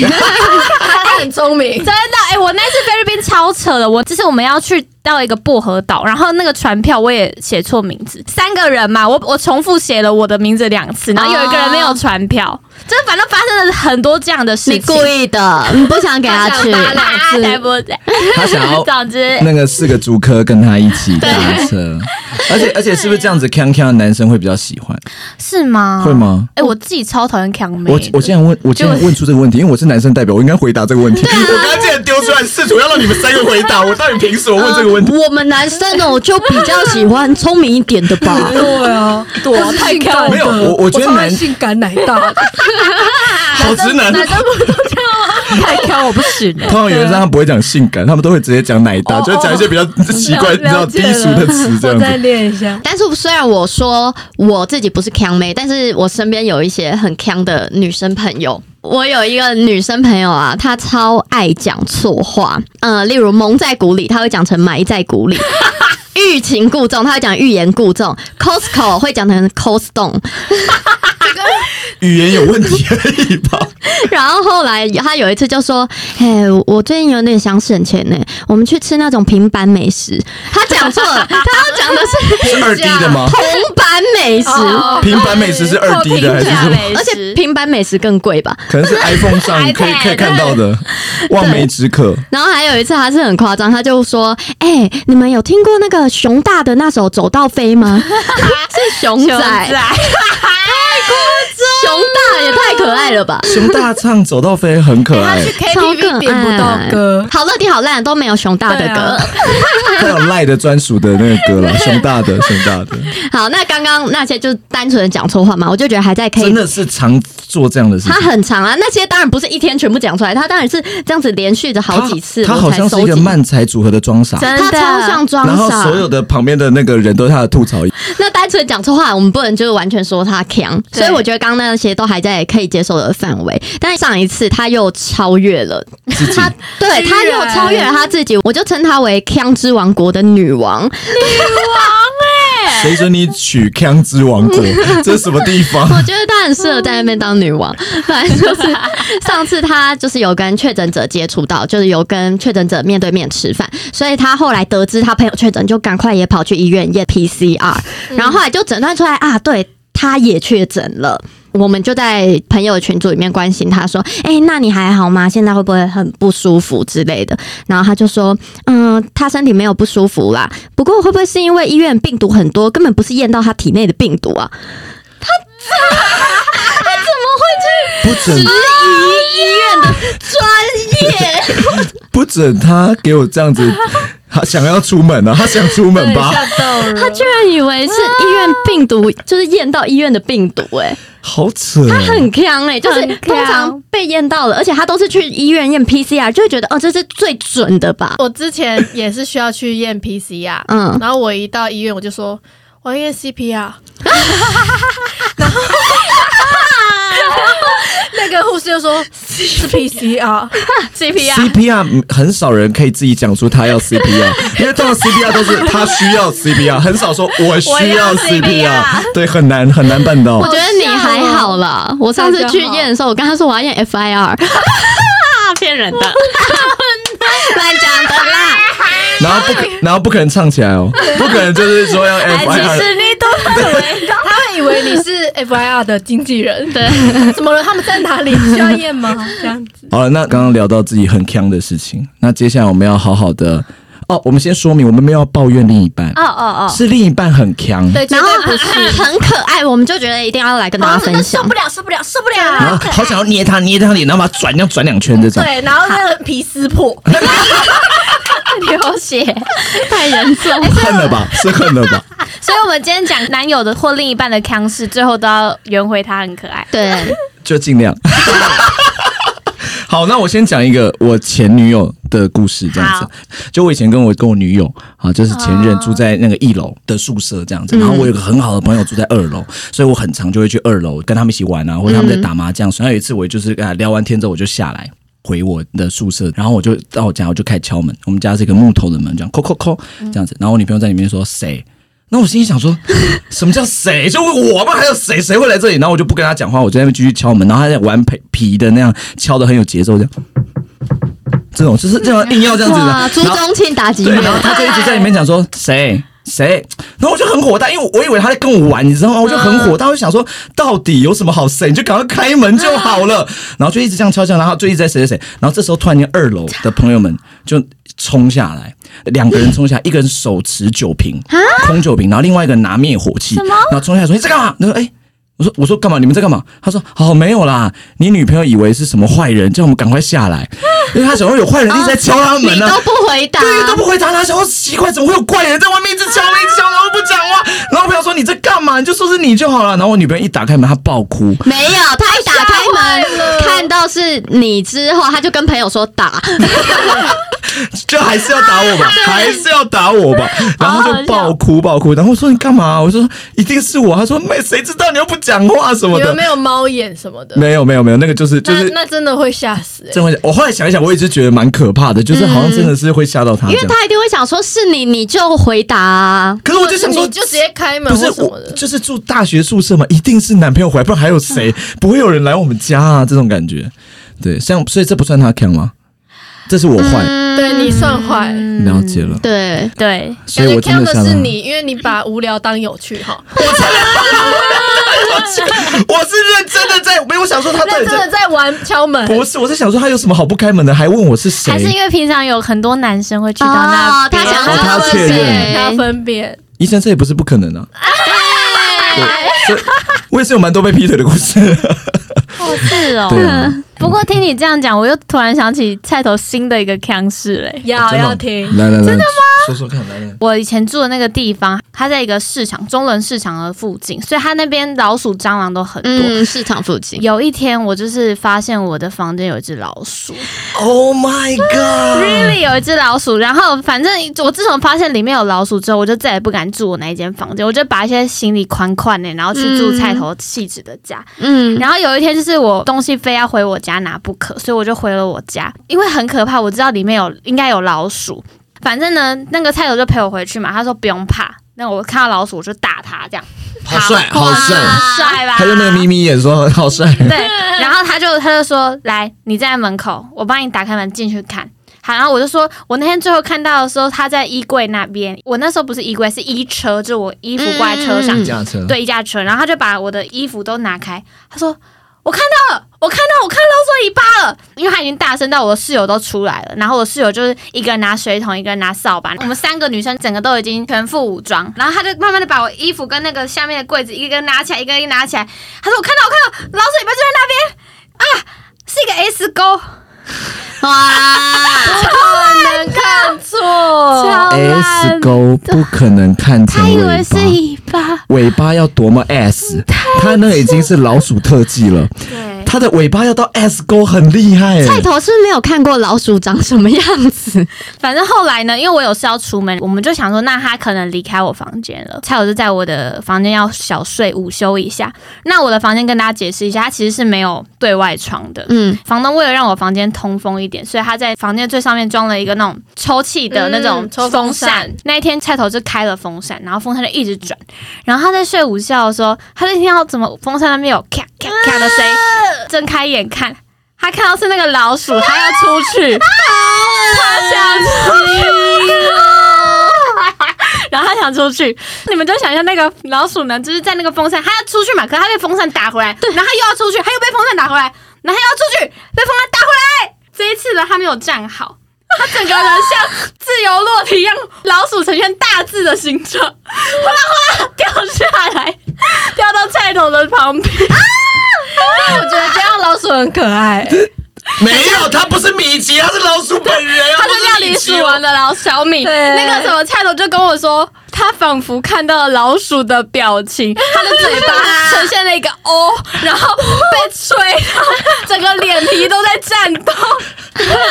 他很聪明
真。的，哎、我那次菲律宾超扯的，我就是我们要去到一个薄荷岛，然后那个船票我也写错名字，三个人嘛，我我重复写了我的名字两次，然后有一个人没有船票，这、反正发生了很多这样的事
你
情。
故意 的，你不想给他去。
他想搭两次
啊对不对？
他想 要
总之，
那个四个竹科跟他一起搭车，而且而且是不是这样子锵锵的男生会比较喜欢？
是吗？
会？吗？
哎、我自己超讨厌扛妹的。
我我竟然问，我竟然问出这个问题，因为我是男生代表，我应该回答这个问题。我刚刚竟然丢出来，试图要让你们三个回答，我到底凭什么问这个问题？
我们男生哦，就比较喜欢聪明一点的 吧。
对啊，对啊，太
感的没有我我觉得
超
男
爱性感奶大的，
好直男。
太挑我不行欸
通常原则上他不会讲性感，他们都会直接讲奶大，就会讲一些比较奇怪、你知道
了
低
解
俗的词这
了我
样
再
子。
练一
啊
下。
但是虽然我说我自己不是强妹，但是我身边有一些很强的女生朋友。我有一个女生朋友啊，她超爱讲错话，呃，例如蒙在鼓里，她会讲成埋在鼓里。欲擒故纵，她会讲欲言故纵；Costco 会讲成 Costone，
语言有问题而已吧？
然后后来他有一次就说：“嘿，我最近有点想省钱呢，我们去吃那种平板美食。” 他讲错了，他要讲的是
是二 D 的吗？
铜板美食，
哦
平板美食是二 D 的还是什么？
美
而且平板美食更贵吧？
可能是 iPhone 上
iPad，
可以可以看到的，望梅止渴。
然后还有一次他是很夸张，他就说：“哎、你们有听过那个熊大的那首《走到飞》吗？是熊仔，
熊仔
熊大也太可爱了吧！”
熊大唱《走到飞》很可
他
爱
去，
超
KTV
可
点不到
爱
歌，
好乐迪好烂都没有熊大的歌。
还有赖的专属的那个歌 了，熊大的熊大的，
好，那刚刚那些就单纯的讲错话嘛，我就觉得还在 K
真的是常做这样的事
他
情。
很长啊，那些当然不是一天全部讲出来，他当然是这样子连续的好几次，
他
我
好
才
像是一个
收集，
漫才组合的装傻，
真
他
的
超像装
然后
傻。
所有的旁边的那个人都是他的吐槽。
那单纯讲错话，我们不能就是完全说他强，
对
所以我觉得刚刚那些都还在可以接受的范围。但上一次他又超越了，他
啊
对
居然
他又超越了他自己，我就称他为强之王国的女王。哎
谁准你娶康之王 国？这是什么地方？
我觉得他很适合在那边当女王。 反正就是上次他就是有跟确诊者接触到，就是有跟确诊者面对面吃饭，所以他后来得知他朋友确诊，就赶快也跑去医院验 PCR，然后后来就诊断出来啊，对，他也确诊了。我们就在朋友群组里面关心他，说：“哎、那你还好吗？现在会不会很不舒服之类的？”然后他就说：“嗯，他身体没有不舒服啦，不过会不会是因为医院病毒很多，根本不是验到他体内的病毒啊？”
不准
医院的专业，
不准他给我这样子，他想要出门啊，他想出门吧？
到了
他居然以为是医院病毒，就是验到医院的病毒、哎，
好扯哦，
他很强哎、就是
很强
通常被验到了，而且他都是去医院验 PCR，就会觉得哦，这是最准的吧？
我之前也是需要去验 PCR，
嗯
然后我一到医院我就说我要验 CPR，然后那个护士就说是 PCR，
CPR
CPR 嗯很少人可以自己讲出他要 CPR，因为通常 CPR 都是他需要 CPR，很少说我需要 CPR，对，很难很难办到
我。觉得你还好啦，我上次去验的时候，我跟他说我要验 FIR，骗人的， 乱讲的啦。
然后不可，然后不可能唱起来哦，不可能就是说要 F
其
I R，
实你都会
他会以为你是 FIR 的经纪人，对，怎么了？他们在哪里？需要验吗？这样子，
好了，那刚刚聊到自己很强的事情，那接下来我们要好好的哦，我们先说明，我们没有要抱怨另一半，
哦哦哦，
是另一半很强。
对，
然后
绝对不是
很可爱，我们就觉得一定要来跟大家分
哦
享。
了，受不了，受不了
然后好想要捏他，捏他脸，然后把他转，这样转两圈这种。
对，然后那个皮撕破，
流血。
太严重 了。
恨了吧，是恨了吧？
所以，我们今天讲男友的或另一半的腔势，最后都要圆回他很可爱。
对，
就尽量。好，那我先讲一个我前女友的故事，这样子
好。
就我以前跟我跟我女友啊，就是前任住在那个一楼的宿舍这样子，然后我有个很好的朋友住在二楼，所以我很啊常就会去二楼跟他们一起玩啊，或者他们在打麻将。所以有一次我就是跟他聊完天之后我就下来，回我的宿舍，然后我就到我家，我就开始敲门。我们家是一个木头的门，这样扣扣扣这样子。然后我女朋友在里面说谁？那我心里想说，什么叫谁？就我吗？还有谁？谁会来这里？然后我就不跟她讲话，我就在那边继续敲门。然后她在玩皮皮的那样敲的很有节奏，这样。这种就是这样硬要这样子
哇，
的，
朱
然后
宗庆打击
对，
乐
然后他就一直在里面讲说谁谁，然后我就很火大，因为我以为他在跟我玩，你知道吗？我就很火大，我就想说到底有什么好谁，你就赶快开门就好了。然后就一直这样敲敲，然后就一直在谁谁谁，然后这时候突然间二楼的朋友们就。冲下来，两个人冲下来，一个人手持酒瓶，空酒瓶，然后另外一个拿灭火器，然后冲下来说：“你在干嘛？”他说：“哎、我说我说干嘛？你们在干嘛？他说好、没有啦，你女朋友以为是什么坏人，叫我们赶快下来，因为他想说有坏人一直在敲他啊
你
门呢、
都不回答，
对，都不回答他，想说奇怪，怎么会有怪人在外面一直敲门，一直敲门，然后不讲话？然后我朋友说你在干嘛？你就说是你就好了。然后我女朋友一打开门，她爆哭。
没有，他一打开门看到是你之后，他就跟朋友说
啊
打，
就还是要打我吧，还是要打我吧，然后就爆哭爆哭，然后我说你干嘛？我说一定是我，他说没，谁知道你又不讲话什么
你们
的
没，有猫眼什么的，
没有没有没有，那个就是就是
那那真的会吓死、欸。
真会讲，我后来想一想，我一直觉得蛮可怕的，就是好像真的是会吓到他这
因为
样。
他一定会想说是你，你就回答啊。
可是我就想说，
你就直接开门
不是
或什么
我
的，
就是住大学宿舍嘛，一定是男朋友回来，不然还有谁？不会有人来我们家啊，这种感觉。对，像所以这不算他强吗？这是我嗯坏，
对你算坏。
了解了，
对，
对，
所以
感觉
我真的
看的
吓到
是
他。
你，因为你把无聊当有趣哈。
我是认真的在，没有我想说 他到
那
底
真的
在。
在玩敲门，
不是，我是想说他有什么好不开门的，还问我是谁
还？是因为平常有很多男生会去到那
哦他
边，
想
哦他确认
他哎分辨。
医生，这也不是不可能啊。对，所以我也是有蛮多被劈腿的故事。
哦是哦。
对啊，
不过听你这样讲，我又突然想起菜头新的一个腔事嘞。
要
真的
要听，
来来来，真的吗？说说看，来来。
我以前住的那个地方，它在一个市场，中仑市场的附近，所以它那边老鼠、蟑螂都很多。
嗯，市场附近，
有一天，我就是发现我的房间有一只老鼠
Oh my god！
，really 有一只老鼠。然后，反正我自从发现里面有老鼠之后，我就再也不敢住我那一间房间，我就把一些行李宽宽的，然后去住菜头气质的家。
嗯，
然后有一天，就是我东西非要回我家拿不可，所以我就回了我家，因为很可怕，我知道里面有应该有老鼠。反正呢，那个菜头就陪我回去嘛，他说不用怕。那我看到老鼠我就打他，这样
好帅，好帅。
帅吧？
他用那个眯眯眼说好帅，
对，然后他就他就说：“来，你站在门口，我帮你打开门进去看。”好，然后我就说，我那天最后看到的时候，他在衣柜那边。我那时候不是衣柜，是衣车，就我衣服挂在车上，
嗯嗯嗯
架车，
对，一架车。然后他就把我的衣服都拿开，他说：“我看到了，我看到，我看到老鼠尾巴了。”因为他已经大声到我室友都出来了。然后我室友就是一个人拿水桶，一个人拿扫把，我们三个女生整个都已经全副武装。然后他就慢慢的把我衣服跟那个下面的柜子一个一个拿起来，一个一个拿起来。他说：“我看到，我看到，老鼠尾巴就在那边啊，是一个 S 勾。”
哇，
能看错，
超烂
S 勾不可能看成
他以
尾
为是
巴，
尾巴，
尾巴要多么 S，他那个已经是老鼠特技了，
对。
他的尾巴要到 S 勾很厉害哎
菜，头是没有看过老鼠长什么样子，
反正后来呢，因为我有事要出门，我们就想说，那他可能离开我房间了，蔡友就在我的房间要小睡午休一下。那我的房间跟大家解释一下，它其实是没有对外窗的。
嗯，
房东为了让我房间通风一点，所以他在房间最上面装了一个那种抽气的那种
嗯抽
风
风扇
那一天菜头就开了风扇，然后风扇就一直转。然后他在睡午觉的时候，他就听到怎么风扇那边有咔咔咔的声音，
呃
睁开眼看，他看到是那个老鼠，他要出去， 他想出去。 然后他想出去，你们就想象那个老鼠呢，就是在那个风扇，它要出去嘛，可是它被风扇打回来，然后它又要出去，它又被风扇打回来，然后它又要出去，被风扇打回来。这一次呢，它没有站好，它整个人像自由落体一样，老鼠呈现大字的形状，哗啦哗啦掉下来，掉到菜头的 旁边。
啊
我觉得这样老鼠很可爱，
没有，他不是米奇，他是老鼠本人，啊
啊他是料理鼠王的老小米。
对
那个什么菜头就跟我说，他仿佛看到了老鼠的表情，他的嘴 巴呈现了一个 O，然后被 吹到，整个脸皮都在颤 抖。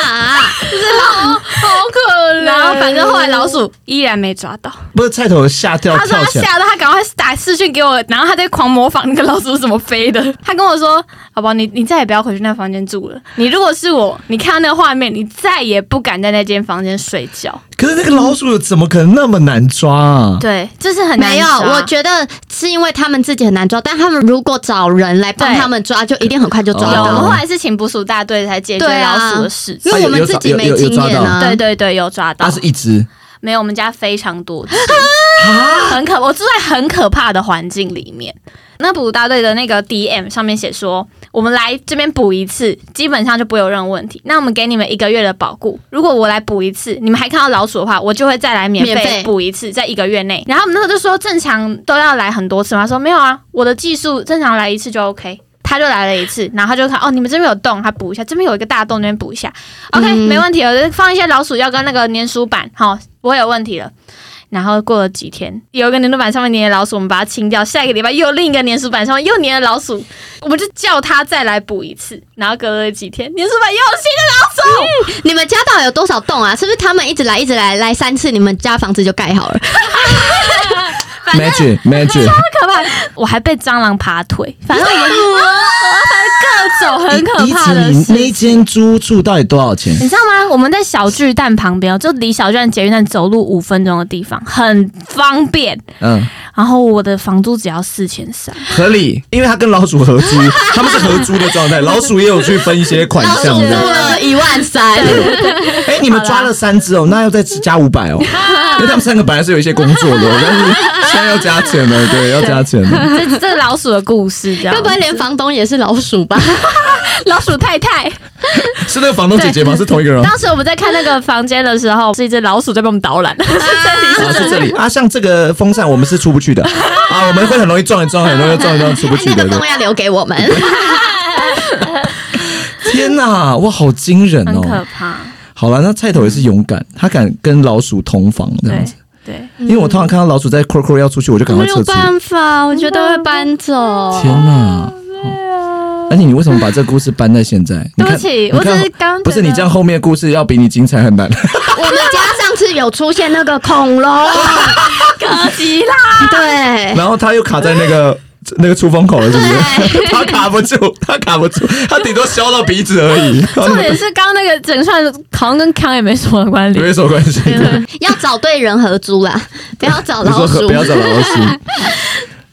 啊，
好可怜。
然后反正后来老鼠依然没抓到，
不是菜头吓掉
他说
跳
他
起来，
吓到，他赶快打视讯给我，然后他在狂模仿那个老鼠是怎么飞的。他跟我说：“好吧，你你再也不要回去那房间住了。你如果是我，你看到那个画面，你再也不敢在那间房间睡觉。
可是那个老鼠怎么可能那么难抓啊”？
对，这是很难
没有，
抓
我觉得是因为他们自己很难抓，但他们如果找人来帮
对
他们抓，就一定很快就抓
有，
到
我
了。
们后来是请捕鼠大队才解决
对啊
老鼠的事情。
因为我们自己没经验啊，
对对对，有抓到
它。是一只，
没有，我们家非常多只，很可，我住在很可怕的环境里面。那捕大队的那个 DM 上面写说，我们来这边补一次，基本上就不会有任何问题。那我们给你们一个月的保固，如果我来补一次，你们还看到老鼠的话，我就会再来免
免
费
费
补一次，在一个月内。然后我们那时候就说，正常都要来很多次吗？他说没有啊，我的技术正常来一次就 OK。他就来了一次，然后他就看哦，你们这边有洞，他补一下；这边有一个大洞，那边补一下。OK，、没问题，我就放一些老鼠药跟那个粘鼠板，好，不会有问题了。然后过了几天，有一个粘鼠板上面粘了老鼠，我们把它清掉。下一个礼拜又有另一个粘鼠板上面又粘了老鼠，我们就叫它再来补一次。然后隔了几天，粘鼠板又有新的老鼠。
你们家到底有多少栋啊？是不是他们一直来一直来来三次，你们家房子就盖好了？
magic magic，
可怕！我还被蟑螂爬腿，反正我们各 种很可
以
怕的
以前你那
事。
间租住到底多少钱？
你知道吗？我们在小巨蛋旁边哦，就离小巨蛋捷运站走路五分钟的地方，很方便。
嗯，
然后我的房租只要四千三，
合理。
因为他跟老鼠合 租，他们是合租的状态，老鼠也有去分一些款项
租
的。
了一万三，
哎、你们抓了三只哦，那要再加五 百哦，
因为他们三个本来是有一些工作的，但是现在要加钱了，对，要加钱了。
这这老鼠的故事， 这样
会不会连房东也是老鼠吧？
老鼠太太？
是那个房东姐姐吗？是同一个人吗？
当时我们在看那个房间的时候，是一只老鼠在帮我们导 览，
啊，是这里啊，像这个风扇我们是出不 去的啊，我们会很容易撞一撞，很容易撞一撞出不去
哎那
的
个。洞要留给我们。
天哪，哇，好惊人
很可
哦！
怕。
好了，那菜头也是勇敢，他敢跟老鼠同房这样
对
子。
对，嗯
因为我通常看到老鼠在 c o c 要出去，我就赶快
没
撤
有
出。
办法，我觉得会搬走。
天哪！而且你为什么把这个故事搬在现在？你
对
看
不起
你，
我
看
只是刚
不是你这样后面的故事要比你精彩很 难。
我们家上次有出现那个恐 龙，
可惜啦。
对，
然后他又卡在那个那个出风口了，是不是？ 他卡不住，他卡不住，他顶多削到鼻子而已。
重点是刚刚那个整串好像跟康也没什么关
有
联。
一首关系，
要找对人合租啦，不要找
你说
老鼠
不。要找 老鼠，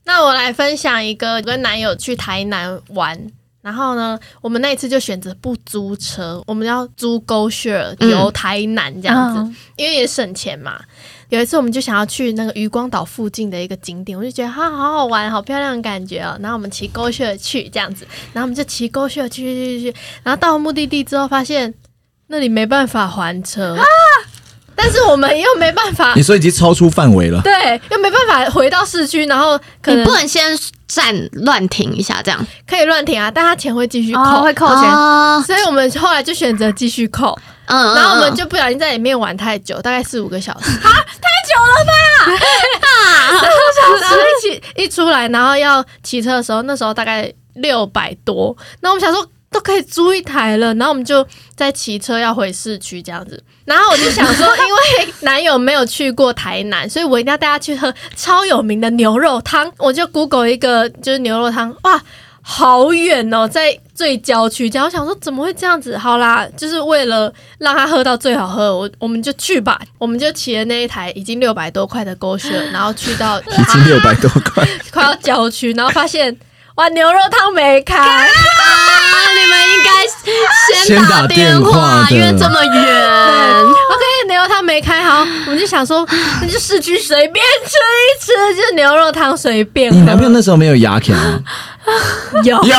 那我来分享一个，我跟男友去台南玩，然后呢，我们那一次就选择不租车，我们要租 Go Share 游台南这样子，
嗯
因为也省钱嘛。有一次我们就想要去那个渔光岛附近的一个景点，我就觉得哈、好好玩，好漂亮的感觉哦。然后我们骑 Go Share 去这样子，然后我们就骑 Go Share 去去去去，然后到目的地之后发现那里没办法还车。 但是我们又没办法
你，说已经超出范围了，
对，又没办法回到市区，然后可
你
能
不能先站乱停一下这样，
可以乱停啊，但他钱会继续扣，
哦，会扣钱。
哦
所以我们后来就选择继续扣，
嗯
然后我们
就
就不小心在里面玩太久，大概四五个小时，
嗯
太久了吧？然后一起一出来，然后要骑车的时候，那时候大概六百多，那我们想说都可以租一台了，然后我们就在骑车要回市区这样子。然后我就想说，因为男友没有去过台南，所以我一定要带他去喝超有名的牛肉汤。我就 Google 一个就是牛肉汤，哇，好远哦，在最郊区这样。我想说怎么会这样子？好啦，就是为了让他喝到最好喝，我我们就去吧。我们就骑了那一台已经六百多块的狗血，然后去到
啊
已经六百多 块，
快要郊区，然后发现哇牛肉汤没开，
啊，你们应该
先
先
打
打
电
电
话
话，
的
因为这么远。
OK，牛肉汤没开好，我们就想说，那就市区随便吃一吃，就是牛肉汤随便喝。
你男朋友那时候没有牙签 吗？
有
有。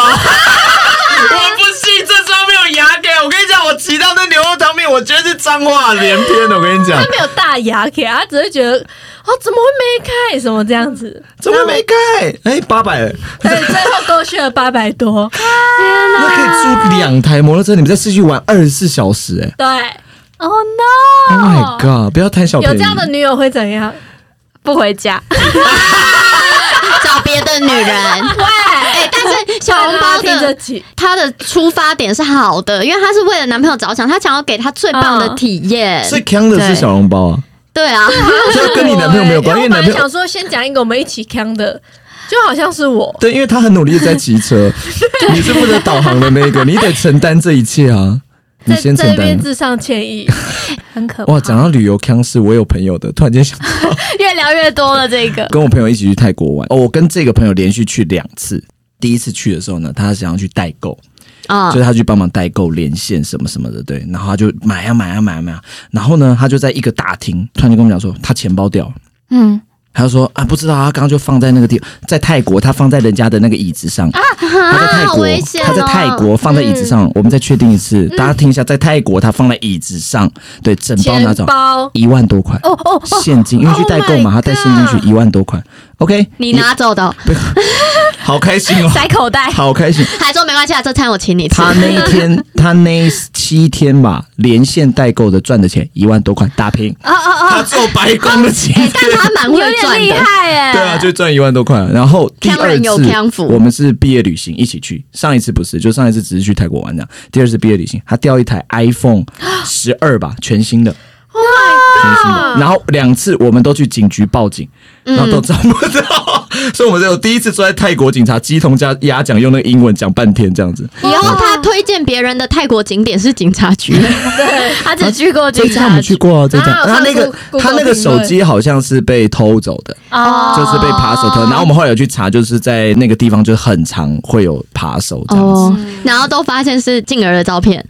我不信这招没有牙给，我跟你讲，我骑到那牛肉汤面，我觉得是脏话连篇的。我跟你讲
他，没有大牙给，他只会觉得哦，怎么会没开？什么这样子？
怎么没盖？哎，八百，
但是最后都去了八百多，
那可以租两台摩托车，你们在市区玩二十四小时，哎
对。
，Oh
Oh no！
my god！不要贪小
有
便宜
这样的女友会怎样？
不回家，
找别的女人。
对，
哎、但是小
大
笼
家
包
听这
的
集，
她的出发点是好的，因为她是为了男朋友着想，她想要给他最棒的体验。
所以扛的是小笼包 啊，
对啊，
这跟你男朋友没有关系，因为
因为我
男
本
朋
来
友
想说先讲一个我们一起扛的，就好像是我。
对，因为他很努力的在骑 车，你是负责导航的那个，你得承担这一切啊，你
在
先
在
承
那边
担。
致上歉意，
很可怕。
哇，讲到旅游腔是，我有朋友的，突然间想到
越聊越多了 这个。
跟我朋友一起去泰国玩，哦，我跟这个朋友连续去两次。第一次去的时候呢，他想要去代购，
啊、
就是他去帮忙代购连线什么什么的，对，然后他就买啊买啊买啊买啊，然后呢，他就在一个大厅，突然就跟我们讲说他钱包掉了，
嗯，
他就说啊不知道啊，他刚刚就放在那个地，在泰国他放在人家的那个椅子上，他在泰
好
国
危险哦！
他在泰国放在椅子上，我们再确定一次，大家听一下，在泰国他放在椅子上，对，整包拿
钱
走
包
一万多块。
哦哦哦，
现金，因为去代购嘛，
Oh my
他带现金
God
去一万多块。OK，
你拿走的哦，
好开心哦，
塞口袋，
好开心。
还说没关系啊，这餐我请你吃。
他那一 天，他那七天吧，连线代购的赚的钱一万多块，打平。
哦哦哦，
他做白工的钱
哎、但他蛮
有
会
点
赚
厉
的。
害耶。
对啊，就赚一万多块。然后第
强
二
人哎有强
次
福
我们是毕业旅行一起去，上一次不是，就上一次只是去泰国玩这样。第二次毕业旅行，他掉一台 iPhone 十二吧，全新的。
Oh
全新的。然后两次我们都去警局报警，
嗯
然后都找不到， 所以我们只有第一次坐在泰国警察鸡同加鸭讲，用那个英文讲半天这样子。
以后他推荐别人的泰国景点是警察局，
他只去过
这
警
一家我
察
们去
局，
过哦，这一家
啊
他
上
那个
Google-
他那个
Google 评
手
论
机好像是被偷走的，
哦
就是被扒手偷。然后我们后来有去查，就是在那个地方就很常会有扒手这样子。
哦，然后都发现是静儿的照片，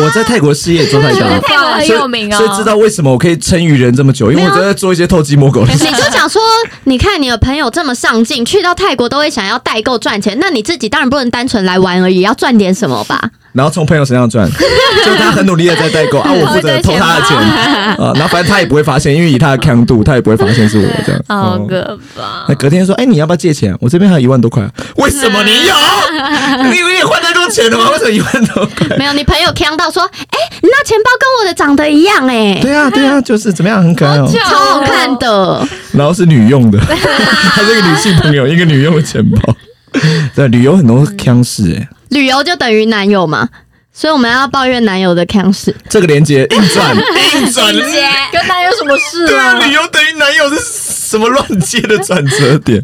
我在泰国事业做太大
在
了，
泰国很有名哦。
啊所以知道为什么我可以撑于人这么久，因为我
没有
正在做一些偷鸡摸狗的
你
事。
就想说，你看你的朋友这么上进，去到泰国都会想要代购赚钱，那你自己当然不能单纯来玩而已，要赚点什么吧？
然后从朋友身上赚，就他很努力的在代购啊，我负责偷他的钱啊，然后反正他也不会发现，因为以他的强度，他也不会发现是我这样。
好
哦
可怕，
那隔天说，哎，你要不要借钱？我这边还有一万多 块，为什么你 有？你以为你换太多钱了吗？为什么一万多块？
没有，你朋友呛到说，哎、你那钱包跟我的长得一样、哎，
对啊，对啊，就是怎么样，很可爱哦。
超好看的。
然后是女用 的，他是个女性朋友，一个女用的钱 包。对，旅游很多腔事哎、
旅游就等于男友嘛，所以我们要抱怨男友的腔事。
这个连接硬 转硬啊转，
跟他有什么事
对
啊？
啊，旅游等于男友是什么乱接的转折点？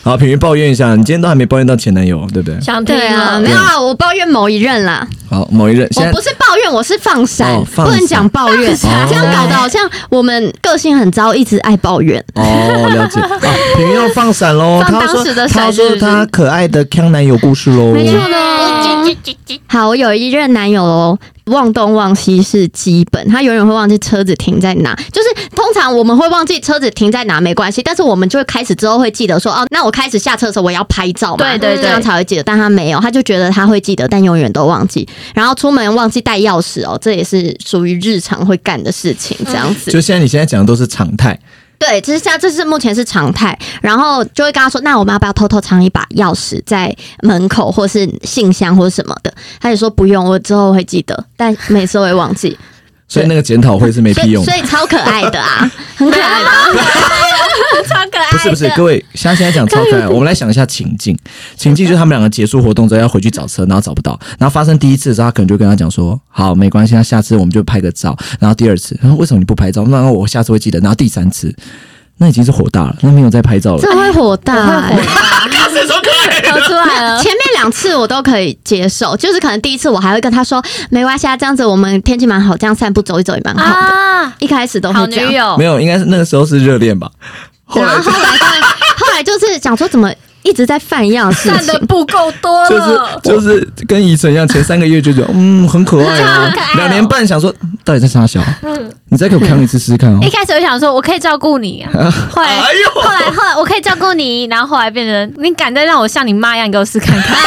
好，品云抱怨一下，你今天都还没抱怨到前男友，对不对？
想听
对啊，
啊
没有啊，我抱怨某一任啦，
好，某一任现
我
在
不是抱怨，我是放闪，
哦放
不
闪
能讲抱怨， 这样搞得好像我们个性很糟，一直爱抱怨。
哦，了 解啊，品云要放闪喽，
放
他
当
说
时的闪
他说
是不是
他可爱的腔男友故事喽，
没错呢。
哦
好，我有一任男友哦，忘东忘西是基本，他永远会忘记车子停在哪。就是通常我们会忘记车子停在哪没关系，但是我们就会开始之后会记得说，哦，那我开始下车的时候我要拍照嘛，
对对对
这样才会记得。但他没有，他就觉得他会记得，但永远都忘记。然后出门忘记带钥匙哦，这也是属于日常会干的事情，这样子。
就现在你现在讲的都是常态，
对，其实像这是目前是常态，然后就会跟他说，那我们要不要偷偷藏一把钥匙在门口，或是信箱或什么的？他也说不用，我之后会记得，但每次都会忘记，
所以那个检讨会是 没
所
屁
以
用的
所。以超可爱的啊，很可 爱吧？
超可爱。
不是不是，各位，像现在讲超可爱，我们来想一下情境。情境就是他们两个结束活动之后要回去找车，然后找不到，然后发生第一次的时候，他可能就跟他讲说：“好，没关系，那下次我们就拍个照。”然后第二次，他说：“为什么你不拍照？”那我下次会记得。然后第三次，那已经是火大了，那没有再拍照了。
啊
这会火大、
看谁说可爱
流出来了，
前面两次我都可以接受，就是可能第一次我还会跟他说没关系啊，这样子我们天气蛮好，这样散步走一走也蛮 好的。
啊，
一开始都
好
会这
女
样，
友
没，有，应该是那个时候是热恋吧。后来
然后后 来后来后来就是想说怎么一直在犯一样的事
占
情
的。不够多
就是
哦
了，
就是跟宜晨一样，前三个月就觉得嗯很可爱啊，
哦
两年半想说到底在傻小，
嗯
你再给我看一次试试看哦
哎
一。开始我想说我可以照顾你啊，后来后来后来我可以照顾你，然后后来变成你敢再让我像你妈一样，你给我试看看。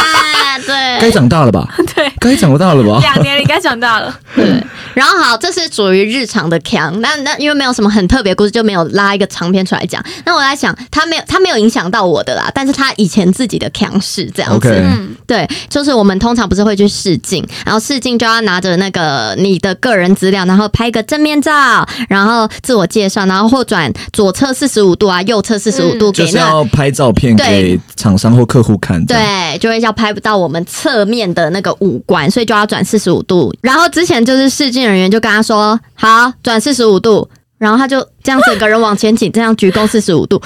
啊，对，对
该长大了吧？
对，
该长大了吧？
两年你该长大了。
对。然后好，这是属于日常的强，那那因为没有什么很特别的故事，就没有拉一个长篇出来讲。那我在想，他没有他没有影响到我的啦，但是他以前自己的强是这样子。
OK
嗯，
对，就是我们通常不是会去试镜，然后试镜就要拿着那个你的个人资料，然后拍个正面照，然后自我介绍，然后或转左侧四十五度啊，右侧四十五度
就
给
是
那。
要拍照片给厂商或客户看。这样，
对，就会要拍不到我们侧面的那个五官，所以就要转四十五度。然后之前就是试镜人员就跟他说：“好，转四十五度。”然后他就这样整个人往前倾，这样鞠躬四十 五度。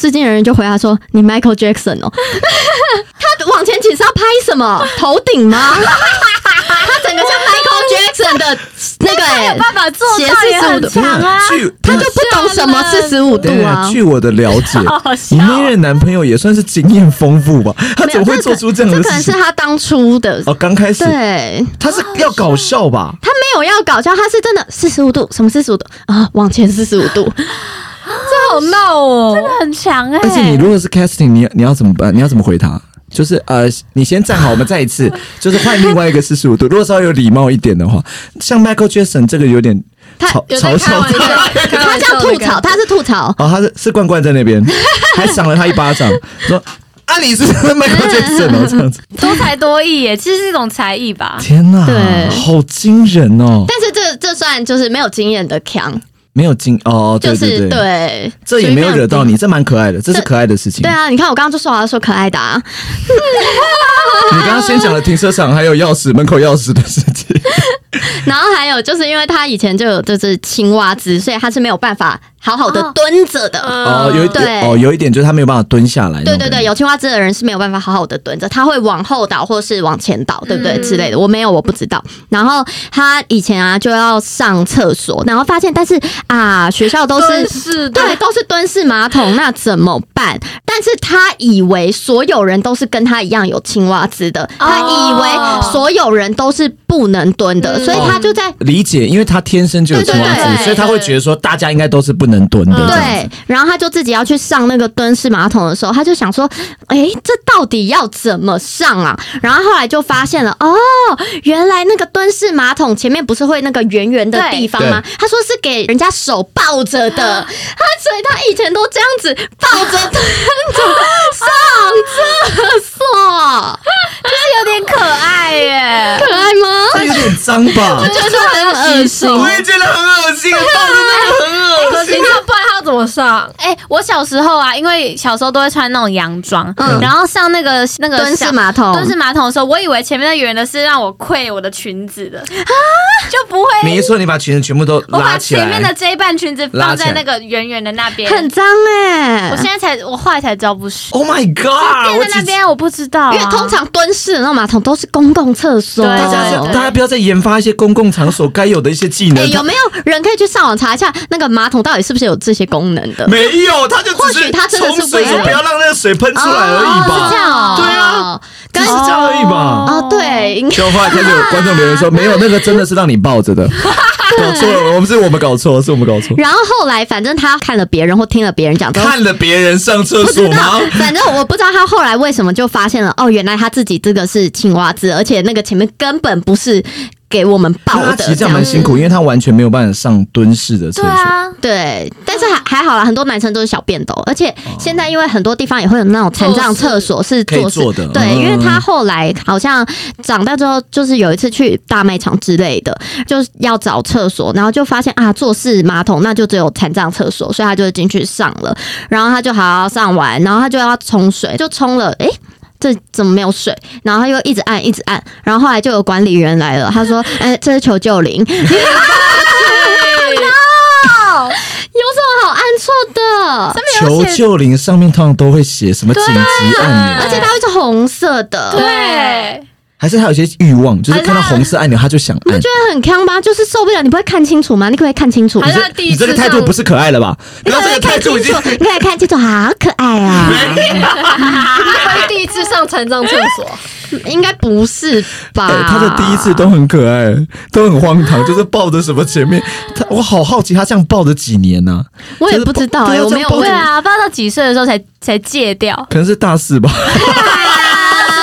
试镜人员就回答说：“你 Michael Jackson 哦，他往前倾是要拍什么？头顶吗？他整个像 Michael Jackson 的那个、欸，
爸爸做
斜
到也
四十五
很
度
强啊，
据
他就不懂什么四十五度
对
啊。”
据我的了 解，
好
你
笑
那任男朋友也算是经验丰富吧？他
没
怎
有
么会
这
做
可
出这样的
可能
事
是
情？
他当初的，
哦，刚开始
对，
他是要搞笑吧？
他没有要搞笑，他是真的四十五度，什么四十五度啊？往前四十五度，
好闹哦，
很强哎、
而且你如果是 casting，你你要怎么办？你要怎么回他？就是呃，你先站好，我们再一 次，就是换另外一个四十五度。如果稍微有礼貌一点的话，像 Michael Jackson 这个有点
他
嘲
有在
嘲
开
笑
玩笑， 开
他
玩
这
笑
样
的
吐
感
槽，
觉
他是吐槽。
哦，他是是冠冠在那 边，还赏了他一巴掌，说啊你是 Michael Jackson 哦这样子。
多才多艺耶，其实是一种才艺 吧。
天哪，
对
好惊人哦！
但是这这算就是没有经验的强，
没有惊哦，
就
对对
是
对，
对，
这也没有惹到
属于
你，这蛮可爱的，这是
这
可爱的事情。
没有经验。对啊，你看我刚刚就说我要说可爱的啊，
你刚刚先讲了停车场还有钥匙门口钥匙的事情，
然后还有就是因为他以前就有就是青蛙姿，所以他是没有办法好好的
哦
蹲着的。
哦，有一
嗯对
点哦，有一点就是他没有办法蹲下来。
对对对，有青蛙姿的人是没有办法好好的蹲着，他会往后倒或是往前倒，对不对、之类的？我没有，我不知道。然后他以前啊就要上厕所，然后发现，但是啊，学校都是
是
对，都是蹲式马桶，那怎么办？但是他以为所有人都是跟他一样有青蛙姿的，他以为所有人都是不能蹲的，所以他就在
理解，因为他天生就有青蛙
对对
姿，
对嗯
所以他会觉得说大家应该都是不能蹲的。这样
对
子，，
然后他就自己要去上那个蹲式马桶的时候，他就想说，诶，这到底要怎么上啊？然后后来就发现了，哦，原来那个蹲式马桶前面不是会那个圆圆的地方吗？他说是给人家手抱着 的，他所以他以前都这样子抱着蹲着上厕所，
有点可爱耶。
可爱吗？
这有点脏吧？
就是很恶 心。
我也觉得很恶心，抱着那个很恶心。
可是那不然他要怎么上？
哎、我小时候啊，因为小时候都会穿那种洋装，然后上那个那个
蹲
小
式马桶，
蹲式马桶的时候，我以为前面的圆的是让我跪我的裙子 的，就不
你
会
一。说你把裙子全部都
我把
拉起
前面
来
的，这一半裙子
拉
放
起来
在那个圆圆的那边，
很脏哎、
我现在才，我后来才知道不是。
Oh my God！
垫
我
在那
只
边我不知道啊、
因为通常蹲式的那种马桶都是公共厕所，啊
对
大家大家不要再研发一些公共场所该有的一些技
哎、
能。
有没有人可以去上网查一下那个马桶到底是不是有这些功能的？
没有，他就
或
只
许
是
他真的是
冲水，
为了
不要让那个水喷出来而已
哦是这
吧。
样哦，
对啊，
跟
是这样而已吧？
哦对， 应该
就后来开始有观众留言说，没有那个真的是让你抱着的， 搞错了，我们是我们搞错，是我们搞错。
然后后来反正他看了别人或听了别人讲之后。
看了别人上厕
不知
所吗？，
道反正我不知道他后来为什么就发现了哦，原来他自己这个是青蛙姿，而且那个前面根本不是给我们抱
他
的，
其实这
这
样
样
蛮辛苦，因为他完全没有办法上蹲式的厕所。
对啊，
对，但是还还好啦，很多男生都是小便斗，而且现在因为很多地方也会有那种残障厕所是
可以
坐式
坐的
对，
嗯
因为他后来好像长大之后，就是有一次去大卖场之类的，就是要找厕所，然后就发现啊，坐式马桶那就只有残障厕所，所以他就进去上了，然后他就好好上完，然后他就要冲水，就冲了，诶、这怎么没有水？然后他又一直按，一直按，然后后来就有管理员来了，他说：“哎、这是求救 铃， 哎有什么好按错的？”
求救铃上面通常都会写什么紧急按钮，啊
而且它会是红色的，
对，
还是他有些欲望，就是看到红色按钮他就想按。
这很坑吧？就是受不了，你不会看清楚吗？你可不可以看清楚？
还
你
是他第一
你
次
这个态度
上
不是可爱了吧？然后这个态
看
度
清
已经
楚，你可以看清楚，好可爱啊！
他第一次上残障厕所，
应该不是吧
哎，？他的第一次都很可爱，都很荒唐，就是抱着什么前面，他我好好奇他这样抱着几年啊呢、
我也不知道
就是
哎，
对啊
我没
这
有
样抱
问
着
对。啊，不知道到几岁的时候才才戒掉，
可能是大四吧，
十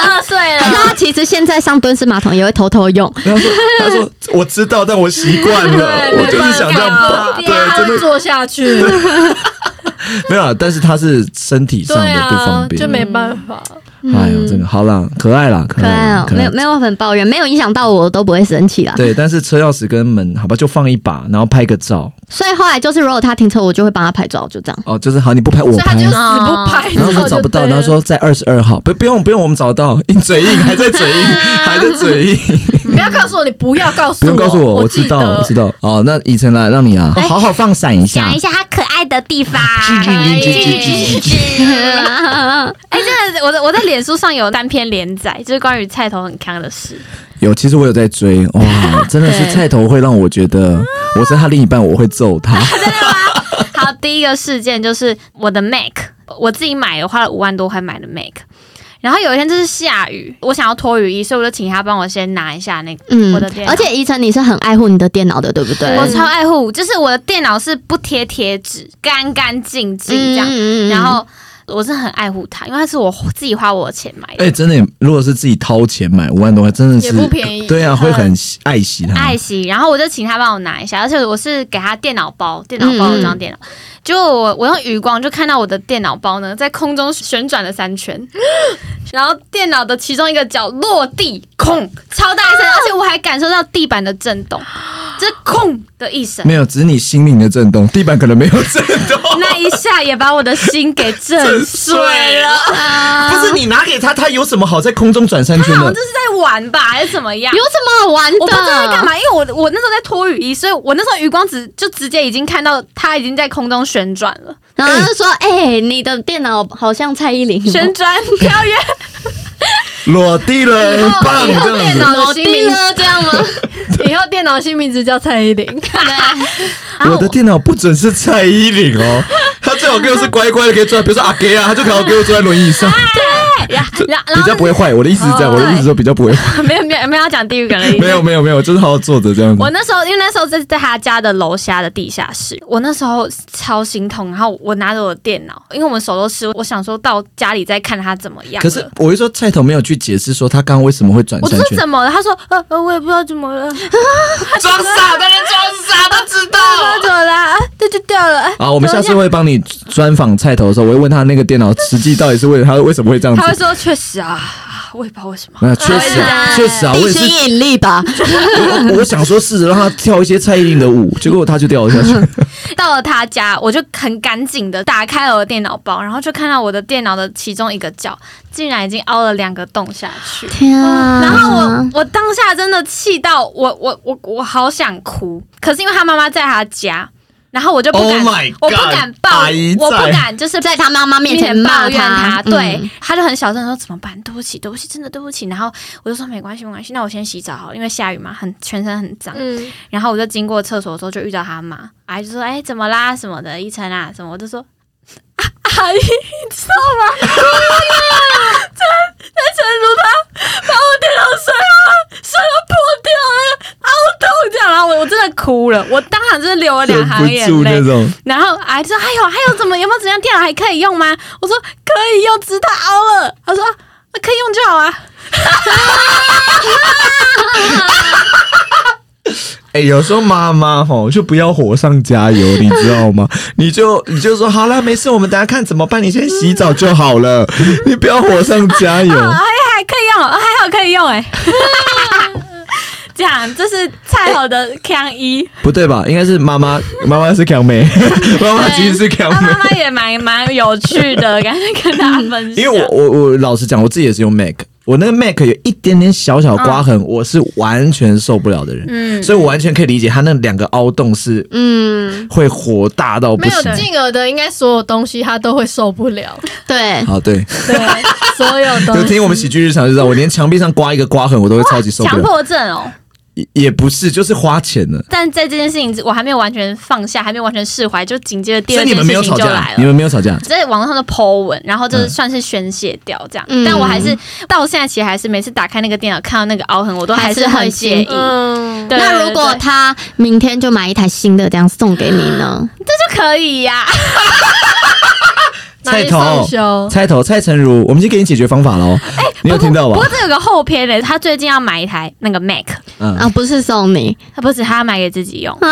二岁了，
知道其实现在上蹲式马桶也会偷偷用，
然后说他 说我知道，但我习惯了，我就是想这样抱，对，
他
真
会
的
坐下去，
没有啦，但是他是身体上
对
的不
啊
方，便，
就没办法。
哎呦，真的好啦，可爱啦，嗯可
可爱哦，没有没
有。
有很抱怨，没有影响到我，我都不会生气啦。
对，但是车钥匙跟门，好吧，就放一把，然后拍个照。
所以后来就是，如果他停车，我就会帮他拍照，就这 样。
哦，就是好，你不拍我
所以他
拍
就，死不拍，
然后说找不到，
然
然后
后就对
说
了
在二十二号，不不用不用，我们找到，硬嘴硬还在 嘴硬，还在嘴硬，
不要告诉我，你不要告诉我，
不用告诉我，我
记
知道
得哎
我知道。哦，那以晨来让你啊，好好放闪一下
讲一，下他可爱的地方。
啊
哎，真的，我的我在脸书上有单篇连载，就是关于菜头很康的 事。
有，其实我有在追，哇，真的是
对
菜头会让我觉得，我是他另一半，我会揍他。
好，第一个事件就是我的 Mac，我自己买的，花了五万多块买的 Mac。然后有一天就是下雨，我想要脱雨衣，所以我就请他帮我先拿一下那个、
嗯
我的电，脑。
而且宜晨，你是很爱护你的电脑的，对不对？
我超爱护，就是我的电脑是不贴贴纸，干干净净这样。
嗯嗯嗯
然后我是很爱护它，因为它是我自己花我的钱买的，
哎、真的也，如果是自己掏钱买五万多块，真的是
也不便宜
对啊，会很喜爱惜它。
爱惜。然后我就请他帮我拿一下，而且我是给他电脑包，电脑包有张电脑。结果我我用余光就看到我的电脑包呢在空中旋转了三圈， 然后电脑的其中一个角落地，空超大声，而且我还感受到地板的震动，就是空的一声。
没有，只是你心灵的震动，地板可能没有震动。
那一下也把我的心给震碎了，
不是你拿给他，他有什么好在空中转三圈
好像
的
啊就？是在玩吧，还是怎么样？
有什么好玩的？
我不知道在干嘛，因为我我那时候在脱雨衣，所以我那时候余光只就直接已经看到它已经在空中旋转了，
然后他就说：“哎、你的电脑好像蔡依林。” 哦
旋转跳跃，
落地了，棒
以后
这样
电
子。
脑
啊
的新名字这样吗？ 以后电脑新名字叫蔡依林，
我的电脑不准是蔡依林哦，他最好给我是乖乖的，可以坐在，比如说阿 gay 啊，他就可好给我坐在轮椅上，
然后然后
比较不会坏。我的意思是这样，我的意思是说比较不会坏。
然后 没有没有没有要讲地狱梗的意
没
思。
有没有没有，就是好好坐着这样子
我。那时候，因为那时候在在他家的楼下的地下室，我那时候超心痛。然后我拿着我的电脑，因为我们手都湿，我想说到家里再看他怎么样了。
可是我就说菜头没有去解释说他刚刚为什么会转
我
三
就说
圈，
怎么了？他说呃呃，我也不知道怎么了，
装傻的人装傻，他知 道。
他怎么啦？这就掉了。
好，我们下次会帮你专访菜头的时候，我会问他那个电脑实际到底是为了他为什么会这样子
他。会说确实啊，我也不知道为什么。
那确实啊，确实啊，我也
地
是，
心引 力吧，
我我想说试着让他跳一些蔡依林的舞，结果他就掉了下 去。
到了他家，我就很赶紧的打开了我的电脑包，然后就看到我的电脑的其中一个角竟然已经凹了两个洞下去。
天啊！
然后我我当下真的气到我我我我好想哭，可是因为他妈妈在他家，然后我就不敢
Oh my God，
我不敢抱，
阿姨在
我不敢就是
在他妈妈面前
抱
骂
怨他，
嗯
对，他就很小声地说怎么办？对不起，对不起，真的对不起。然后我就说没关系，没关系，那我先洗澡好了，因为下雨嘛，很全身很脏。
嗯，
然后我就经过厕所的时候就遇到他妈，阿姨就说：“哎，怎么啦？什么的，依晨啊，什么？”我就说：“啊、阿姨，你知道吗？陈陈如他把我电脑摔了，摔到破掉了，凹洞这样。”然后我我真的哭了，我当场就是流了两行眼泪。
种，
然后阿姨就说：“还有还有，怎么有没有怎样电脑还可以用吗？”我说：“可以用，只是它凹了。”他说：“啊可以用就好啊。”
哎、有时候妈妈吼就不要火上加油，你知道吗？ 你就你就说好啦，没事，我们等下看怎么办，你先洗澡就好了， 你不要火上加 油。
哦，还还可以用，哦还好可以用哎。 这样，这是菜头的 抗议，
不对吧？应该是妈妈，妈妈是强妹， 妈妈其实是强
他
妹
妈。妈也蛮蛮有趣的，感觉跟大家分享。
因为我我我老实讲，我自己也是用 Mac，我那个 Mac 有一点点小小刮痕，我是完全受不了的人，
嗯
所以我完全可以理解他那两个凹洞是
嗯，
会火大到不
没有
行。
进而的，应该所有东西他都会受不了，
对，
好，啊对，
对，所有
就
东西。
听我们喜剧日常就知道，我连墙壁上刮一个刮痕，我都会超级受不
强
了。
迫症哦，
也也不是，就是花钱了。
但在这件事情我还没有完全放下，还没有完全释怀，就紧接着第
所以
二
你
件
们没有
事情
吵
就
架
来，
你
了。
们没有吵架。
在网上的 Po 文，然后就是
嗯
算是宣泄掉这样，
嗯
但我还是到现在其实还是每次打开那个电脑看到那个凹痕，我都还是很
还是会
介意。
嗯，
对
那如果
对对
他明天就买一台新的，这样送给你呢？
这就可以呀、
哪
菜
里
头
送修，
菜头蔡成儒，我们已经给你解决方法喽。你有听到
哎不
吧
过？这有个后篇嘞，他最近要买一台那个 Mac，
嗯，
啊，不是送你
他不止他要买给自己用，
啊，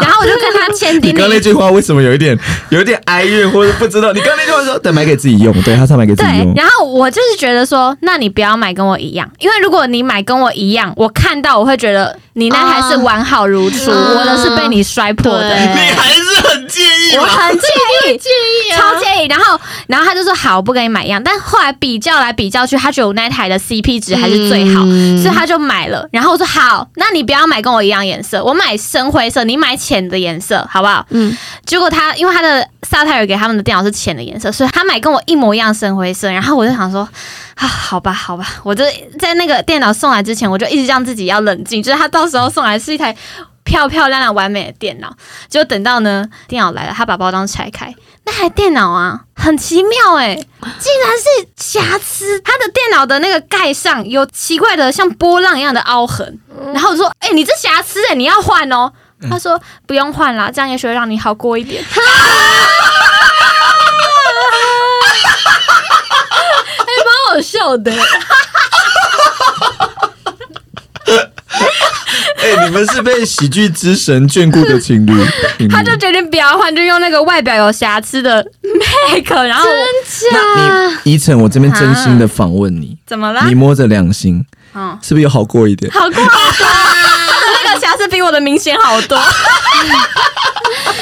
然后我就跟他签
你
订
刚
了
那
一。
句话为什么有一点有一点哀怨，或者不知道？你刚那句话说，等买给自己用，对，他是要买给自己
对，
用。
然后我就是觉得说，那你不要买跟我一样，因为如果你买跟我一样，我看到我会觉得你那台是完好如初，
嗯
我的是被你摔破的。
对
你还是很介意
哎我
吧？
很介意，
介意啊，
超介意。然后，然后他就说好，我不跟你买一样。但后来比较来比较去，他觉得我那台的 CP 值还是最好，
嗯
所以他就买了。然后我说好，那你不要买跟我一样颜色，我买深灰色，你买浅的颜色，好不好？
嗯，
结果他因为他的萨泰尔给他们的电脑是浅的颜色，所以他买跟我一模一样深灰色。然后我就想说。啊，好吧，好吧，我就在那个电脑送来之前，我就一直让自己要冷静，就是他到时候送来是一台漂漂亮亮、完美的电脑。结果等到呢，电脑来了，他把包装拆开，那台电脑啊，很奇妙哎、竟然是瑕疵。他的电脑的那个盖上有奇怪的像波浪一样的凹痕，然后我说：“哎、你这瑕疵哎、你要换哦。”他说：“不用换啦，这样也许会让你好过 一点。”
哎
好笑的，
哎，你们是被喜剧之神眷顾的情侣，情侣
他就决定不要换，就用那个外表有瑕疵 的 Mac，然后我
那你依晨，我这边真心的访问你，
怎么啦
你？摸着良心，
啊嗯，
是不是有好过一点？
好过 好多，那个瑕疵比我的明显好多。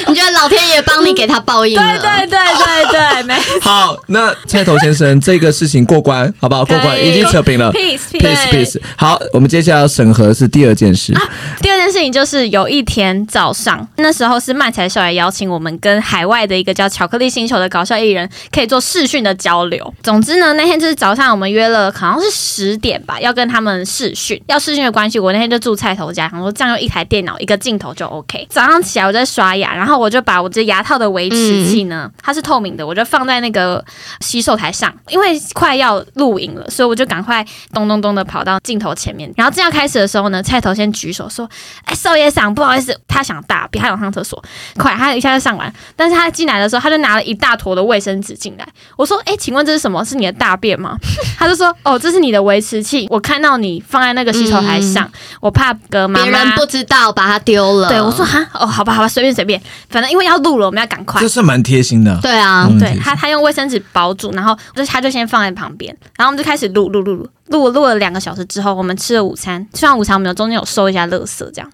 你觉得老天爷帮你给他报应
对
了？
对对对对，没
好，那菜头先生，这个事情过关，好不好？过关
可以
已经扯平了。
peace 啊
peace peace。好，我们接下来要审核是第二件事，
第二件事情就是有一天早上，那时候是漫才小也邀请我们跟海外的一个叫巧克力星球的搞笑艺人可以做视讯的交流。总之呢，那天就是早上我们约了，好像是十点吧，要跟他们视讯。要视讯的关系，我那天就住菜头家，想说这样用一台电脑一个镜头就 OK。早上起来我在刷牙，然后我就把我这牙套的维持器呢，它是透明的，我就放在那个洗手台上，因为快要录影了，所以我就赶快咚咚咚的跑到镜头前面。然后正要开始的时候呢，菜头先举手说：“哎，少爷桑，不好意思，他想大便，他想上厕所，快，他一下就上完。”但是他进来的时候，他就拿了一大坨的卫生纸进来。我说：“哎，请问这是什么？是你的大便吗？” 他就说：“哦，这是你的维持器，我看到你放在那个洗手台上，我怕个妈
嗯别
妈
人不知道，把它丢了。
对我说：“哈，哦，好吧，好吧，随便随便，反正因为要录了，我们要赶快。”
这是蛮贴心的。
对啊，
嗯
对他，他用卫生纸包住，然后就他就先放在旁边，然后我们就开始录录录录录录了两个小时之后，我们吃了午餐，吃完午餐我们有中间有收一下垃圾这样，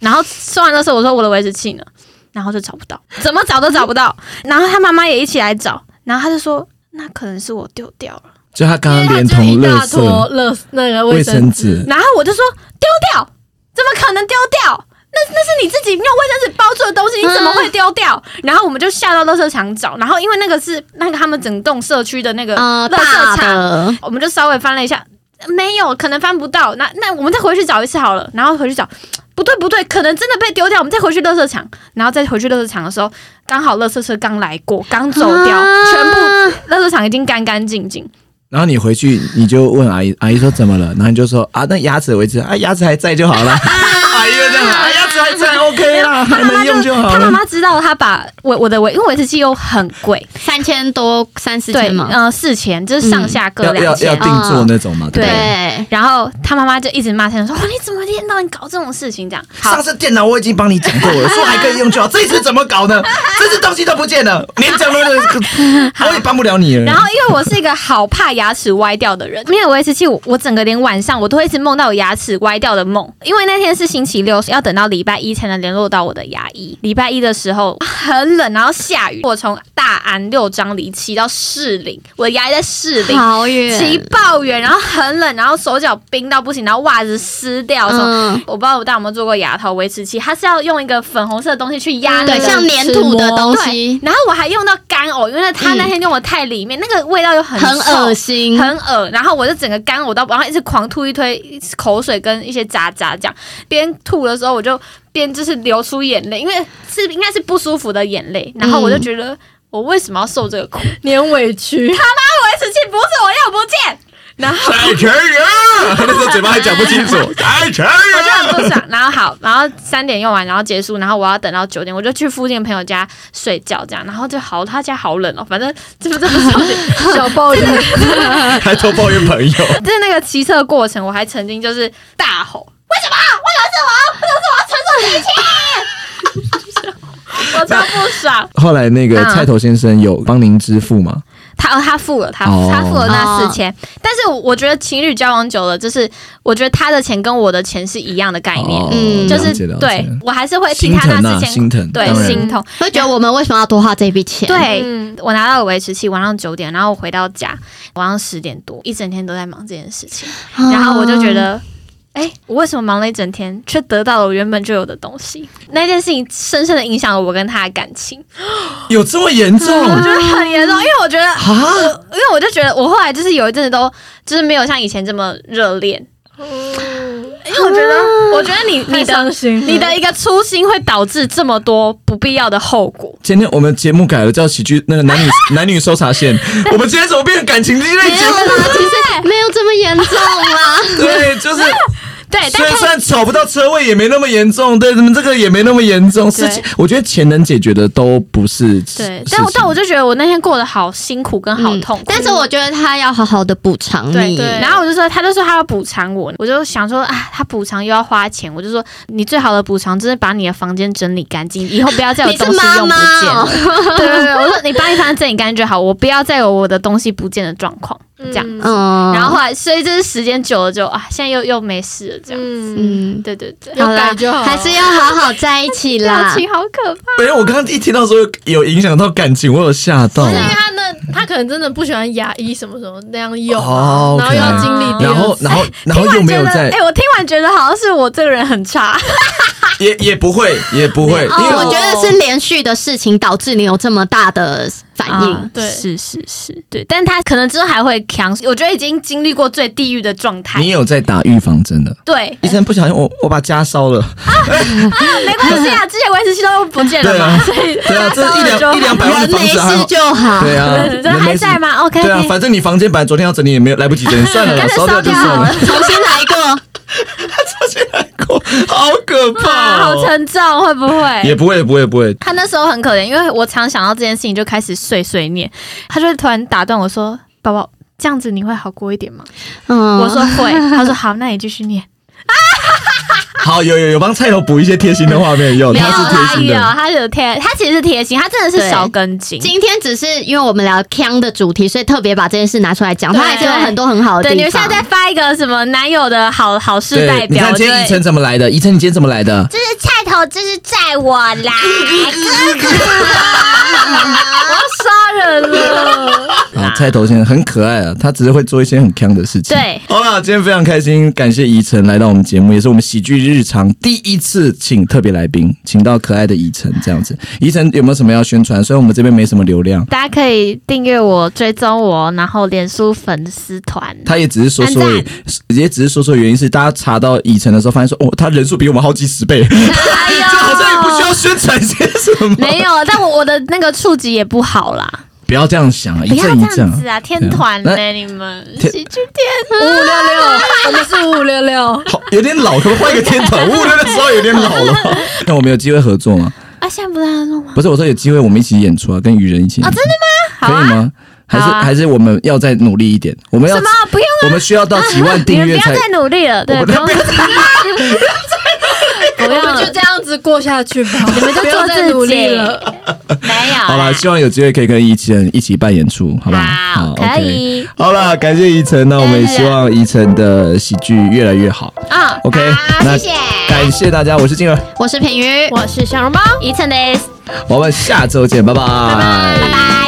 然后收完垃圾我说我的维持器呢，然后就找不到，怎么找都找不到，然后他妈妈也一起来找，然后他就说那可能是我丢掉了，
就他刚
因为
刚
他
连
就
同
一
垃
大
圾、
坨垃那个
卫
卫
生
生纸，
纸，
然后我就说丢掉，怎么可能丢掉？那那是你自己用卫生纸包住的东西，你怎么会丢掉？然后我们就下到垃圾场找，然后因为那个是那个他们整栋社区的
嗯
那个
呃，
垃
大
圾场，
的，
我们就稍微翻了一下，没有，可能翻不到。那那我们再回去找一次好了，然后回去找，不对不对，可能真的被丢掉。我们再回去垃圾场，然后再回去垃圾场的时候，刚好垃圾车刚来过，刚走掉，
啊
全部垃圾场已经干干净净。
然后你回去你就问阿姨，阿姨说怎么了？然后你就说啊，那牙齿为止啊，牙齿还在就好了。阿姨就这样，啊，牙齿还在，OK 啦，还能用就好
他妈
了。
妈知道他把我我的维，因为维持器又很贵，
三千多三四
对
千，嘛，
呃，四千，就是上下各
要
两
要
千。
要定做那种嘛，对不对。
对，
然后他妈妈就一直骂他，说：“哇，你怎么一天到晚搞这种事情？这样好
上次电脑我已经帮你讲过了，说还可以用就好，这一次怎么搞呢？这次东西都不见了，连讲都我也帮不了你了。
然后，因为我是一个好怕牙齿歪掉的人，因为维持器，我我整个连晚上我都会一直梦到有牙齿歪掉的梦。因为那天是星期六，要等到礼拜一才能联络到我的牙医。礼拜一的时候很冷，然后下雨，我从大安六张犁骑到士林，我的牙医在士林。
好
骑
远，
爆远，然后很冷，然后手脚冰到不行，然后袜子湿掉的时候，
嗯
我不知道我大家有没有做过牙头维持器，它是要用一个粉红色的东西去压那
对，
个
像粘土的东西，
然后我还用到干呕，因为他那天用的太里面，那个味道又很
嗯很
臭
恶心，
很恶，然后我就整个干呕到，然后一直狂吐一堆口水跟一些渣渣，这样边吐的时候我就边就是流出眼泪，因为是应该是不舒服的眼泪，然后我就觉
嗯
得我为什么要受这个苦？
你很委屈，
维持器不是我要不见。
然后
太甜了，那时候嘴巴还讲不清楚，太甜
我就
了。
很不爽。然后好，然后三点用完，然后结束，然后我要等到九点，我就去附近的朋友家睡觉，这样。然后就好，他家好冷哦，反正这不这不是重点，
小抱怨，
还偷抱怨朋友，
在那个骑车的过程，我还曾经就是大吼：“为什么？为什么是我？为什么是我承受你一切？”我超不爽，
后来那个
嗯
菜头先生有帮您支付吗？
他哦他付了，他、
哦
他付了那四千，但是我我觉得情侣交往久了，就是我觉得他的钱跟我的钱是一样的概念，
哦
嗯
就
了解
是
了解
对我还是会替
心
他
疼
那
啊，
四千、
心疼，
对
当然
心痛，
会觉得我们为什么要多花这笔钱？，
对、
嗯
我拿到了维持器，晚上九点，然后我回到家，晚上十点多，一整天都在忙这件事情，然后我就觉得。哎、我为什么忙了一整天，却得到了我原本就有的东西？那件事情深深的影响了我跟他的感情，
有这么严重？
我觉得 很严重，因为我觉得
啊，
因为我就觉得我后来就是有一阵子都就是没有像以前这么热恋，因为我觉得、我觉得你你
太伤
的
心了，
你的一个初心会导致这么多不必要的后果。
今天我们节目改了，叫喜剧那个男女 男女搜查线。我们今天怎么变成感情激烈节目？
没有这么严重 啦。
对，就是
对，哎但
虽然虽然找不到车位也没那么严重，对，你们这个也没那么严重。事情我觉得钱能解决的都不是
对
事，
但我
情
但我就觉得我那天过得好辛苦跟好
嗯
痛苦。
但是我嗯觉得他要好好的补偿
对
你。
对
然后我就说，他就说他要补偿我，我就想说啊，他补偿又要花钱，我就说你最好的补偿就是把你的房间整理干净，以后不要再有
你是
东西用不
妈妈
见了。
哦
对对对，我说你把你房间整理干净就好，我不要再有我的东西不见的状况，这样。
嗯，
然后后来，所以就是时间久了就啊，现在又又没事了，这样。
嗯，
嗯，
对对对，
有
好啦
改就好，
还是要好好在一起 啦
表。情好可怕。
没有，我刚刚一听到说有影响到感情，我有吓到
因。为他那他可能真的不喜欢牙医什么什么那样用，
哦
然后
OK
又要经历第二次，
然后，然后，然后又没 有在
哎、，我听完觉得好像是我这个人很差。
也也不会，也不会，因为
哦，我觉得是连续的事情导致你有这么大的反应。
啊
对
是是是，对，但他可能之后还会强，我觉得已经经历过最地狱的状态
你。有在打预防针的。
对，
医生不小心，我我把家烧了。
没关系 啊，之前维持器都不见了嘛，所以
对 啊，这一两一两百万
人
的
没
房子还
事
好。
就好。
对啊，
这还在吗？OK，
对啊，反正你房间本来昨天要整理，也没有来不及整理，算 了啦，
干脆
烧掉就算
烧 掉
了。
重新来过。
好可怕、
啊好
哦，
沉重，会不
也
会？
不会，不会，不会。
他那时候很可怜，因为我常想到这件事情，就开始碎碎念，他就会突然打断我说：“宝宝，这样子你会好过一点吗？”
嗯，
我说会，他说好，那你继续念。
好，有有有帮菜头补一些贴心的画面，有，
没有
哦他是贴
啦，
心
有啊
的。
他有贴，他其实是贴心，他真的是
对
少根筋。
今天只是因为我们聊腔的主题，所以特别把这件事拿出来讲。
对
它还是有很多很好的
对，
哦地
你
方。
们现在再发一个什么男友的好好事代
对，你
表，
看
我
今
就
天
会
宜晨怎么来的？宜晨，你今天怎么来的？
就是菜头就是在我啦，哥哥， 我要杀人了。
啊，菜头先生很可爱啊，他只是会做一些很坑的事情。。
对，
好啦，今天非常开心，感谢宜晨来到我们节目，也是我们喜剧日常第一次请特别来宾，请到可爱的宜晨这样子。宜晨有没有什么要宣传？虽然我们这边没什么流量，
大家可以订阅我、追踪我，然后脸书粉丝团。
他也只是说说而已
按，
也只是说说，原因是大家查到以晨的时候，发现说哦，他人数比我们好几十倍，
哎
这好像也不需要宣传些什么。
没有，但我我的那个触及也不好啦，
不要这样想啊，一
不要
阵一
这
阵
样
啊
子，啊！天团呢、
对
你们
天
喜剧天啊
五五六六，我们是五五六六，
好有点老，可不可以换一个天团？我那时候有点老 了。那我们有机会合作吗？
啊，现在不在弄吗？
不是，我说有机会我们一起演出啊，跟愚人一起演出。
好
可以
啊，
吗？还是
好啊
还是我们要再努力一点？我们要
什么不用
我们需要到几万
你
订
们不
阅
要
才
再努力了，对，
我
不
们
用，
我
不用
们就这样子过下去吧，你们
就
不
做
要
自己
再努力了。
没有啦。
好啦，希望有机会可以跟宜晨一起办演出，好不
好
好，
可
OK
以
好了，感谢宜晨，那我们也希望宜晨的喜剧越来越好。
啊，
OK，那
谢谢
感谢大家，我是静儿，
我是品瑜，
我是小笼包。
一层的。
我们下周见，拜拜，拜拜
拜拜。